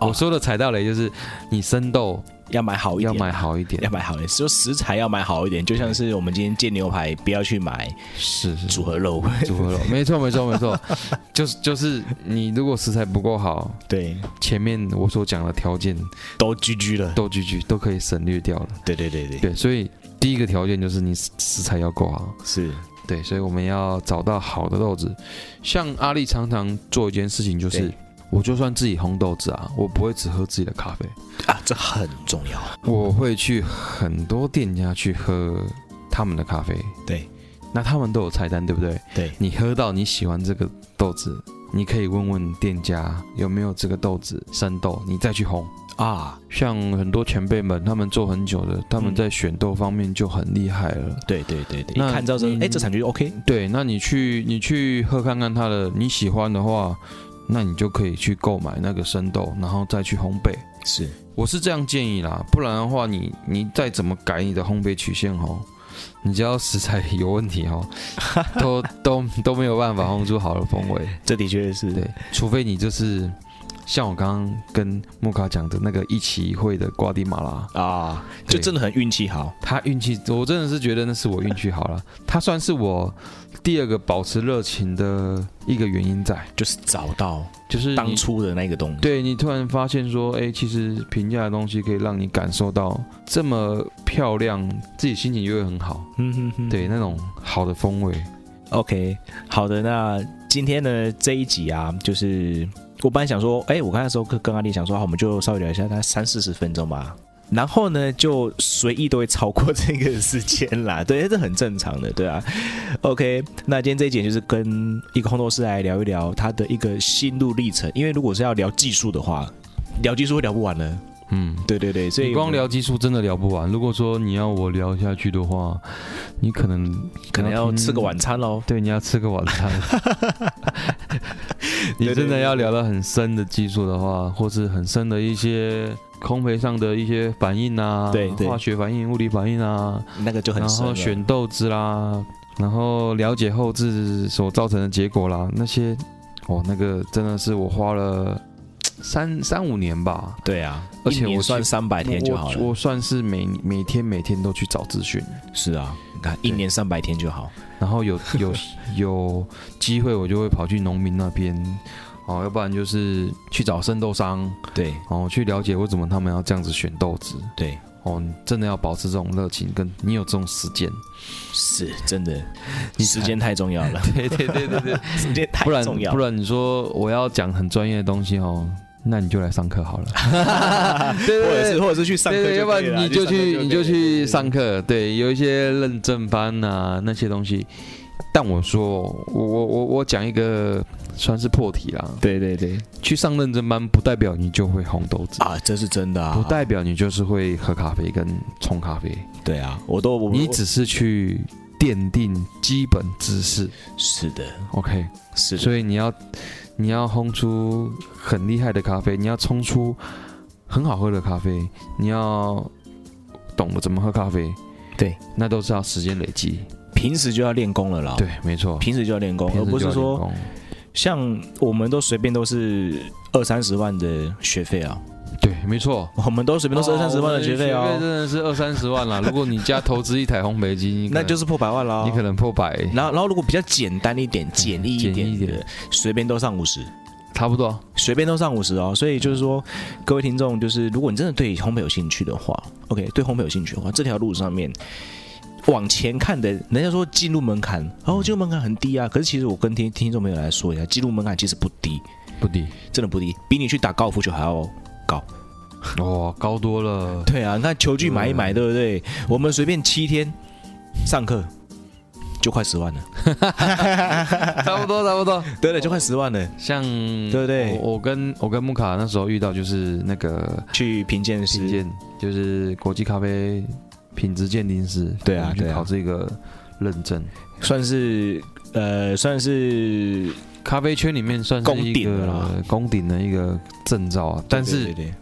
Speaker 6: 哦
Speaker 3: 我说的踩到雷就是你生豆
Speaker 6: 要买好一
Speaker 3: 要
Speaker 6: 点，
Speaker 3: 买好一点
Speaker 6: 要，买好一点，就食材要买好一点，就像是我们今天煎牛排，不要去买
Speaker 3: 是是
Speaker 6: 组合肉，
Speaker 3: 组 合肉，没错没错没错，就是就是你如果食材不够好，
Speaker 6: 对，
Speaker 3: 前面我所讲的条件
Speaker 6: 都 GG 了，
Speaker 3: 都句句都可以省略掉了。
Speaker 6: 对对对对，
Speaker 3: 对，所以第一个条件就是你食食材要够好。
Speaker 6: 是
Speaker 3: 对，所以我们要找到好的豆子。像阿力常常做一件事情，就是
Speaker 6: 对
Speaker 3: 我就算自己烘豆子啊，我不会只喝自己的咖啡，
Speaker 6: 啊，这很重要，
Speaker 3: 我会去很多店家去喝他们的咖啡。
Speaker 6: 对，
Speaker 3: 那他们都有菜单，对不对？
Speaker 6: 对
Speaker 3: 你喝到你喜欢这个豆子，你可以问问店家有没有这个豆子生豆，你再去烘。
Speaker 6: 啊，
Speaker 3: 像很多前辈们，他们做很久的，他们
Speaker 6: 嗯
Speaker 3: 在选豆方面就很厉害了。
Speaker 6: 对对对对，
Speaker 3: 那
Speaker 6: 一看到这
Speaker 3: 你，
Speaker 6: 哎，这产区 OK，
Speaker 3: 对，那你去你去喝看看它的，你喜欢的话，那你就可以去购买那个生豆，然后再去烘焙。
Speaker 6: 是
Speaker 3: 我是这样建议啦，不然的话你，你再怎么改你的烘焙曲线哦，你只要食材有问题哦， 都都都没有办法烘出好的风味。
Speaker 6: 这的确是
Speaker 3: 对，除非你就是像我刚刚跟木卡讲的那个一起一会的瓜地马拉，
Speaker 6: 啊，就
Speaker 3: 对
Speaker 6: 真的很运气好，
Speaker 3: 他运气，我真的是觉得那是我运气好了，他算是我第二个保持热情的一个原因在，
Speaker 6: 就是找到
Speaker 3: 就是你
Speaker 6: 当初的那个东西，
Speaker 3: 对你突然发现说，哎，其实平价的东西可以让你感受到这么漂亮，自己心情就会很好，
Speaker 6: 嗯哼哼，
Speaker 3: 对那种好的风味，
Speaker 6: OK，好的，那今天呢这一集啊，就是我本来想说，哎、我刚才时候跟跟阿丽想说，好，我们就稍微聊一下，大概三四十分钟吧。然后呢，就随意都会超过这个时间啦， 对，这很正常的，对啊。OK，那今天这一节就是跟一个烘豆师来聊一聊他的一个心路历程，因为如果是要聊技术的话，聊技术会聊不完的，
Speaker 3: 嗯。
Speaker 6: 对对对，所以
Speaker 3: 你光聊技术真的聊不完。如果说你要我聊下去的话，你可能
Speaker 6: 可能要
Speaker 3: 听
Speaker 6: 吃个晚餐喽。
Speaker 3: 对，你要吃个晚 餐。你
Speaker 6: 对对
Speaker 3: 真的
Speaker 6: 对
Speaker 3: 要聊到很深的技术的话，或是很深的一些烘焙上的一些反应啊，
Speaker 6: 对对
Speaker 3: 化学反应、物理反应啊，
Speaker 6: 那个就很
Speaker 3: 然
Speaker 6: 深
Speaker 3: 后
Speaker 6: 了
Speaker 3: 选豆子啦，然后了解后置所造成的结果啦，那些，哦，那个真的是我花了三三五年吧，
Speaker 6: 对啊，
Speaker 3: 而且
Speaker 6: 一年
Speaker 3: 我
Speaker 6: 算
Speaker 3: 其
Speaker 6: 三百天就好了
Speaker 3: 我我算是每每天每天都去找资讯，
Speaker 6: 是啊，你看一
Speaker 3: 对
Speaker 6: 年三百天就好。
Speaker 3: 然后有有 有机会，我就会跑去农民那边，哦，要不然就是去找生豆商，
Speaker 6: 对
Speaker 3: 哦，去了解为什么他们要这样子选豆子，
Speaker 6: 对，
Speaker 3: 哦，你真的要保持这种热情，跟你有这种时间，
Speaker 6: 是真的，
Speaker 3: 你
Speaker 6: 时
Speaker 3: 才
Speaker 6: 间太重要了，
Speaker 3: 对对对对对，
Speaker 6: 时间太
Speaker 3: 不然
Speaker 6: 重要
Speaker 3: 不
Speaker 6: 了。
Speaker 3: 然你说我要讲很专业的东西哦，那你就来上课好了， 对
Speaker 6: 或者
Speaker 3: 对
Speaker 6: 是
Speaker 3: 对。
Speaker 6: 或者是去 上课
Speaker 3: 对
Speaker 6: 就可
Speaker 3: 对，
Speaker 6: 以
Speaker 3: 要
Speaker 6: 了，
Speaker 3: 不然你就
Speaker 6: 上课
Speaker 3: 去
Speaker 6: 可以
Speaker 3: 你就去
Speaker 6: 了
Speaker 3: 上。课，对，有一些认证班呐、那些东西。但我说，我我我我讲一个算是破题啦，
Speaker 6: 对对对对
Speaker 3: 去上认真班不代表你就会红豆子，
Speaker 6: 啊，这是真的啊，
Speaker 3: 不代表你就是会喝咖啡跟冲咖啡，
Speaker 6: 对啊，我都我
Speaker 3: 你
Speaker 6: 我
Speaker 3: 只是去奠定基本知识。
Speaker 6: 是的，
Speaker 3: OK，
Speaker 6: 是的，
Speaker 3: 所以你要你要烘出很厉害的咖啡，你要冲出很好喝的咖啡，你要懂得怎么喝咖啡，
Speaker 6: 对，
Speaker 3: 那都是要时间累积。
Speaker 6: 平时就要练功了啦。
Speaker 3: 对，没错，
Speaker 6: 平时就要练功，而
Speaker 3: 平时
Speaker 6: 哦不
Speaker 3: 就是要练
Speaker 6: 说
Speaker 3: 功
Speaker 6: 像我们都随便都是二三十万的学费啊，
Speaker 3: 对，没错。
Speaker 6: 我们都随便都是二三十万
Speaker 3: 哦哦我
Speaker 6: 的
Speaker 3: 们
Speaker 6: 学费
Speaker 3: 学真
Speaker 6: 哦，
Speaker 3: 的是二三十万啦。如果你家投资一台烘焙机，你可能
Speaker 6: 那就是破哦百万啦。
Speaker 3: 你可能破百，
Speaker 6: 然后，然后如果比较简单一点、简易一
Speaker 3: 简易一
Speaker 6: 点
Speaker 3: 点
Speaker 6: 的，随便都上五十，
Speaker 3: 差不多。
Speaker 6: 随便都上五十哦。所以就是说，各位听众，就是如果你真的对烘焙有兴趣的话，OK，对烘焙有兴趣的话，这条路上面往前看的，人家说进入门槛，哦，进入门槛很低啊。可是其实我跟听听众朋友来说一下，进入门槛其实不低，
Speaker 3: 不低
Speaker 6: 真的不低，比你去打高尔夫球还要。
Speaker 3: 哦，高多 了。
Speaker 6: 对啊，你看球具买一买，对不对？我们随便七天上课就快十万了，
Speaker 3: 差不多，差不多。
Speaker 6: 对对，就快十万了。嗯
Speaker 3: 像
Speaker 6: 对不对
Speaker 3: 我我跟我跟木卡那时候遇到就是那个
Speaker 6: 去评鉴
Speaker 3: 品
Speaker 6: 师，
Speaker 3: 鉴，就是国际咖啡品质鉴定师，
Speaker 6: 对啊
Speaker 3: 我们
Speaker 6: 对
Speaker 3: 去
Speaker 6: 啊
Speaker 3: 考这个认证，
Speaker 6: 算是呃，算是
Speaker 3: 咖啡圈里面算是一
Speaker 6: 攻顶了啦
Speaker 3: 个呃攻顶的一个证照啊。但
Speaker 6: 对
Speaker 3: 是
Speaker 6: 对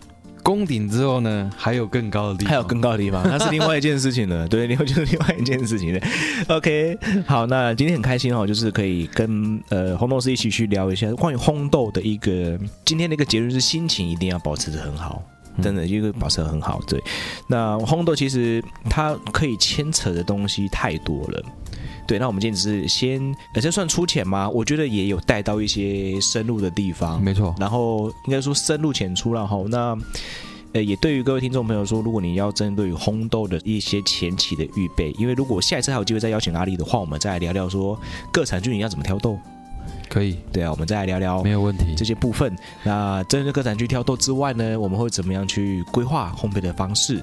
Speaker 3: 攻顶之后呢，还有更高的地
Speaker 6: 对
Speaker 3: 方，
Speaker 6: 还有更高的地 方，那是另外一件事情了。对，另外就是另外一件事情了。OK，好，那今天很开心哦，就是可以跟呃烘豆师一起去聊一下关于烘豆的一个今天的一个结论是心情一定要保持的很好。
Speaker 3: 嗯
Speaker 6: 真的，一个保持得很好。对，那烘豆其实它可以牵扯的东西太多了。对，那我们今天只是先，呃，这算粗浅吗？我觉得也有带到一些深入的地方。
Speaker 3: 没错，
Speaker 6: 然后应该说深入浅出了哈。那呃，也对于各位听众朋友说，如果你要针对于烘豆的一些前期的预备，因为如果下一次还有机会再邀请阿力的话，我们再来聊聊说各产区你要怎么挑豆。
Speaker 3: 可以，
Speaker 6: 对啊，我们再来聊聊
Speaker 3: 没有问题
Speaker 6: 这。些部分。那针对各产区挑豆之外呢，我们会怎么样去规划烘焙的方式？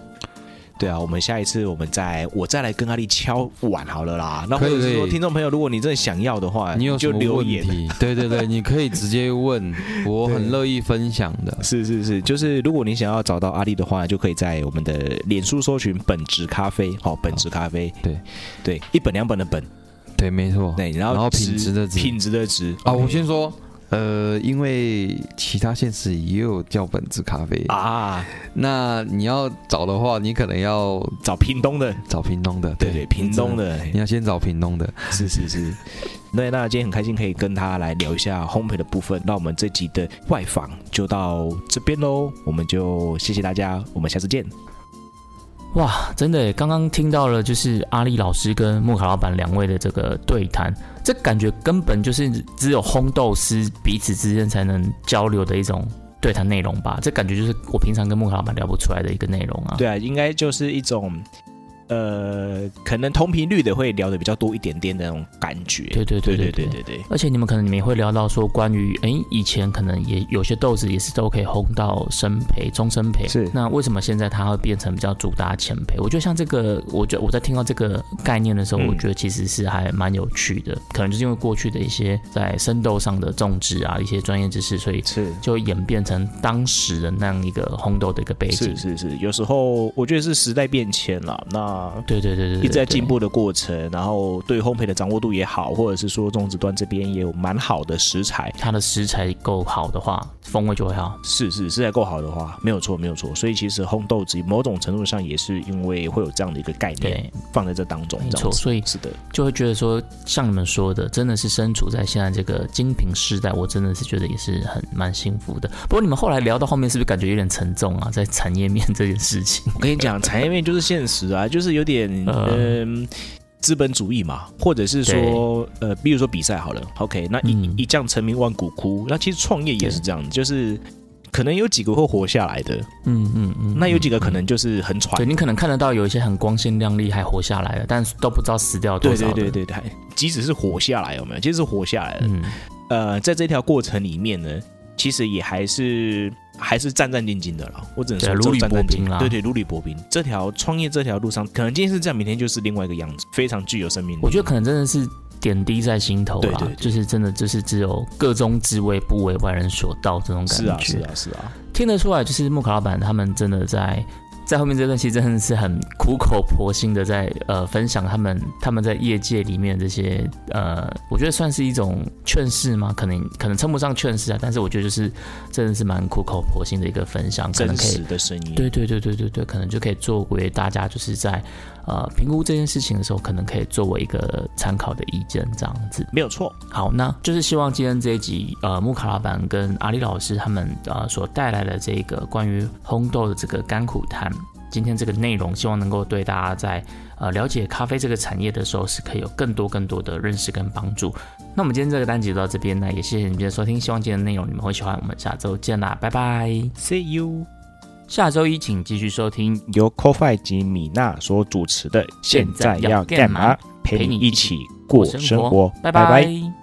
Speaker 6: 对啊，我们下一次我们再我再来跟阿力敲碗好了啦。那或
Speaker 3: 可以
Speaker 6: 者是
Speaker 3: 可以
Speaker 6: 说，听众朋友，如果你真的想要的话，
Speaker 3: 你有什
Speaker 6: 就
Speaker 3: 么
Speaker 6: 留
Speaker 3: 问
Speaker 6: 言。
Speaker 3: 题？对对对，你可以直接 问，我很
Speaker 6: 对
Speaker 3: 乐意分享的。
Speaker 6: 是是是，就是如果你想要找到阿力的话，就可以在我们的脸书搜寻“本职咖啡”，好、本职咖啡，
Speaker 3: 对
Speaker 6: 对，一本两本的本，
Speaker 3: 对，没错。
Speaker 6: 对，然后
Speaker 3: 然后品质的质
Speaker 6: 品质的值
Speaker 3: 啊，我先说，呃，因为其他县市也有叫本子咖啡，
Speaker 6: 啊，
Speaker 3: 那你要找的话，你可能要
Speaker 6: 找屏东的，
Speaker 3: 找屏东的，
Speaker 6: 对对，屏东，的，
Speaker 3: 你要先找屏东的，
Speaker 6: 是是是。对，那今天很开心可以跟他来聊一下烘焙的部分。那我们这集的外访就到这边喽，我们就谢谢大家，我们下次见。
Speaker 5: 哇，真的耶，刚刚听到了，就是阿力老师跟莫卡老板两位的这个对谈，这感觉根本就是只有烘豆师彼此之间才能交流的一种对谈内容吧？这感觉就是我平常跟莫卡老板聊不出来的一个内容啊。
Speaker 6: 对啊，应该就是一种，呃，可能同频率的会聊的比较多一点点的那种感觉。
Speaker 5: 对对
Speaker 6: 对对对
Speaker 5: 对对对
Speaker 6: 对对，
Speaker 5: 而且你们可能你们也会聊到说关于诶以前可能也有些豆子也是都可以烘到生培、中生培，
Speaker 6: 是
Speaker 5: 那为什么现在它会变成比较主打浅培？我觉得像这个，我觉得我在听到这个概念的时候，
Speaker 6: 嗯
Speaker 5: 我觉得其实是还蛮有趣的，可能就是因为过去的一些在生豆上的种植啊，一些专业知识，所以
Speaker 6: 是
Speaker 5: 就演变成当时的那样一个烘豆的一个背景
Speaker 6: 是。是是，有时候我觉得是时代变迁了，那
Speaker 5: 对对对对对，
Speaker 6: 一直在
Speaker 5: 对
Speaker 6: 进。步的过程，然后对烘焙的掌握度也好，或者是说种植端这边也有蛮好的食材。
Speaker 5: 它的食材够好的话，风味就会好。
Speaker 6: 是是，食材够好的话，没有错，没有错。所以其实烘豆子某种程度上也是因为会有这样的一个概念
Speaker 5: 对，
Speaker 6: 放在这当中，
Speaker 5: 没
Speaker 6: 这
Speaker 5: 错。
Speaker 6: 样子
Speaker 5: 所以
Speaker 6: 是的，
Speaker 5: 就会觉得说，像你们说的，真的是身处在现在这个精品时代，我真的是觉得也是很蛮幸福的。不过你们后来聊到后面，是不是感觉有点沉重啊？在产业面这件事 情，
Speaker 6: 我跟你讲，产业面就是现实啊，就是有点嗯。资本主义嘛，或者是说，呃，比如说比赛好了，OK，那一、
Speaker 5: 嗯
Speaker 6: 一将成名万骨枯，那其实创业也是这样子，就是可能有几个会活下来的，
Speaker 5: 嗯嗯嗯，
Speaker 6: 那有几个
Speaker 5: 嗯
Speaker 6: 可能就是很喘
Speaker 5: 对，你可能看得到有一些很光鲜亮丽还活下来了，但是都不知道死掉多
Speaker 6: 对
Speaker 5: 少
Speaker 6: 对
Speaker 5: 的。
Speaker 6: 对对对，还即使是活下来有没有？即使是活下来了，
Speaker 5: 嗯，
Speaker 6: 呃，在这条过程里面呢，其实也还是还是战战兢兢的了。我只能说只
Speaker 5: 对啊
Speaker 6: 有
Speaker 5: 如履
Speaker 6: 战
Speaker 5: 薄
Speaker 6: 战兢
Speaker 5: 冰啦
Speaker 6: 对对，如履薄冰。这条创业这条路上，可能今天是这样，明天就是另外一个样子，非常具有生命力。
Speaker 5: 我觉得可能真的是点滴在心头啦，
Speaker 6: 对对对
Speaker 5: 就是真的就是只有各中之味，不为外人所道这种感觉。
Speaker 6: 是啊，是啊，是啊，
Speaker 5: 听得出来，就是木卡老板他们真的在在后面这段其实真的是很苦口婆心的在呃分享他们他们在业界里面这些呃，我觉得算是一种劝世吗？可能可能称不上劝世啊，但是我觉得就是真的是蛮苦口婆心的一个分享，可能
Speaker 6: 真
Speaker 5: 可以
Speaker 6: 实的声音，
Speaker 5: 对对对对对对，可能就可以作为大家就是在呃评估这件事情的时候，可能可以作为一个参考的意见这样子。
Speaker 6: 没有错。
Speaker 5: 好，那就是希望今天这一集，呃，木卡老板跟阿里老师他们呃所带来的这个关于烘豆的这个甘苦谈，今天这个内容，希望能够对大家在呃了解咖啡这个产业的时候，是可以有更多更多的认识跟帮助。那我们今天这个单集就到这边呢，也谢谢你们的收听，希望今天的内容你们会喜欢，我们下周见啦，拜拜。
Speaker 6: See you。
Speaker 5: 下周一请继续收听，
Speaker 6: 由 CoFi 及米娜所主持的《现在要干嘛》，陪你一起过生活。
Speaker 5: 拜
Speaker 6: 拜
Speaker 5: 拜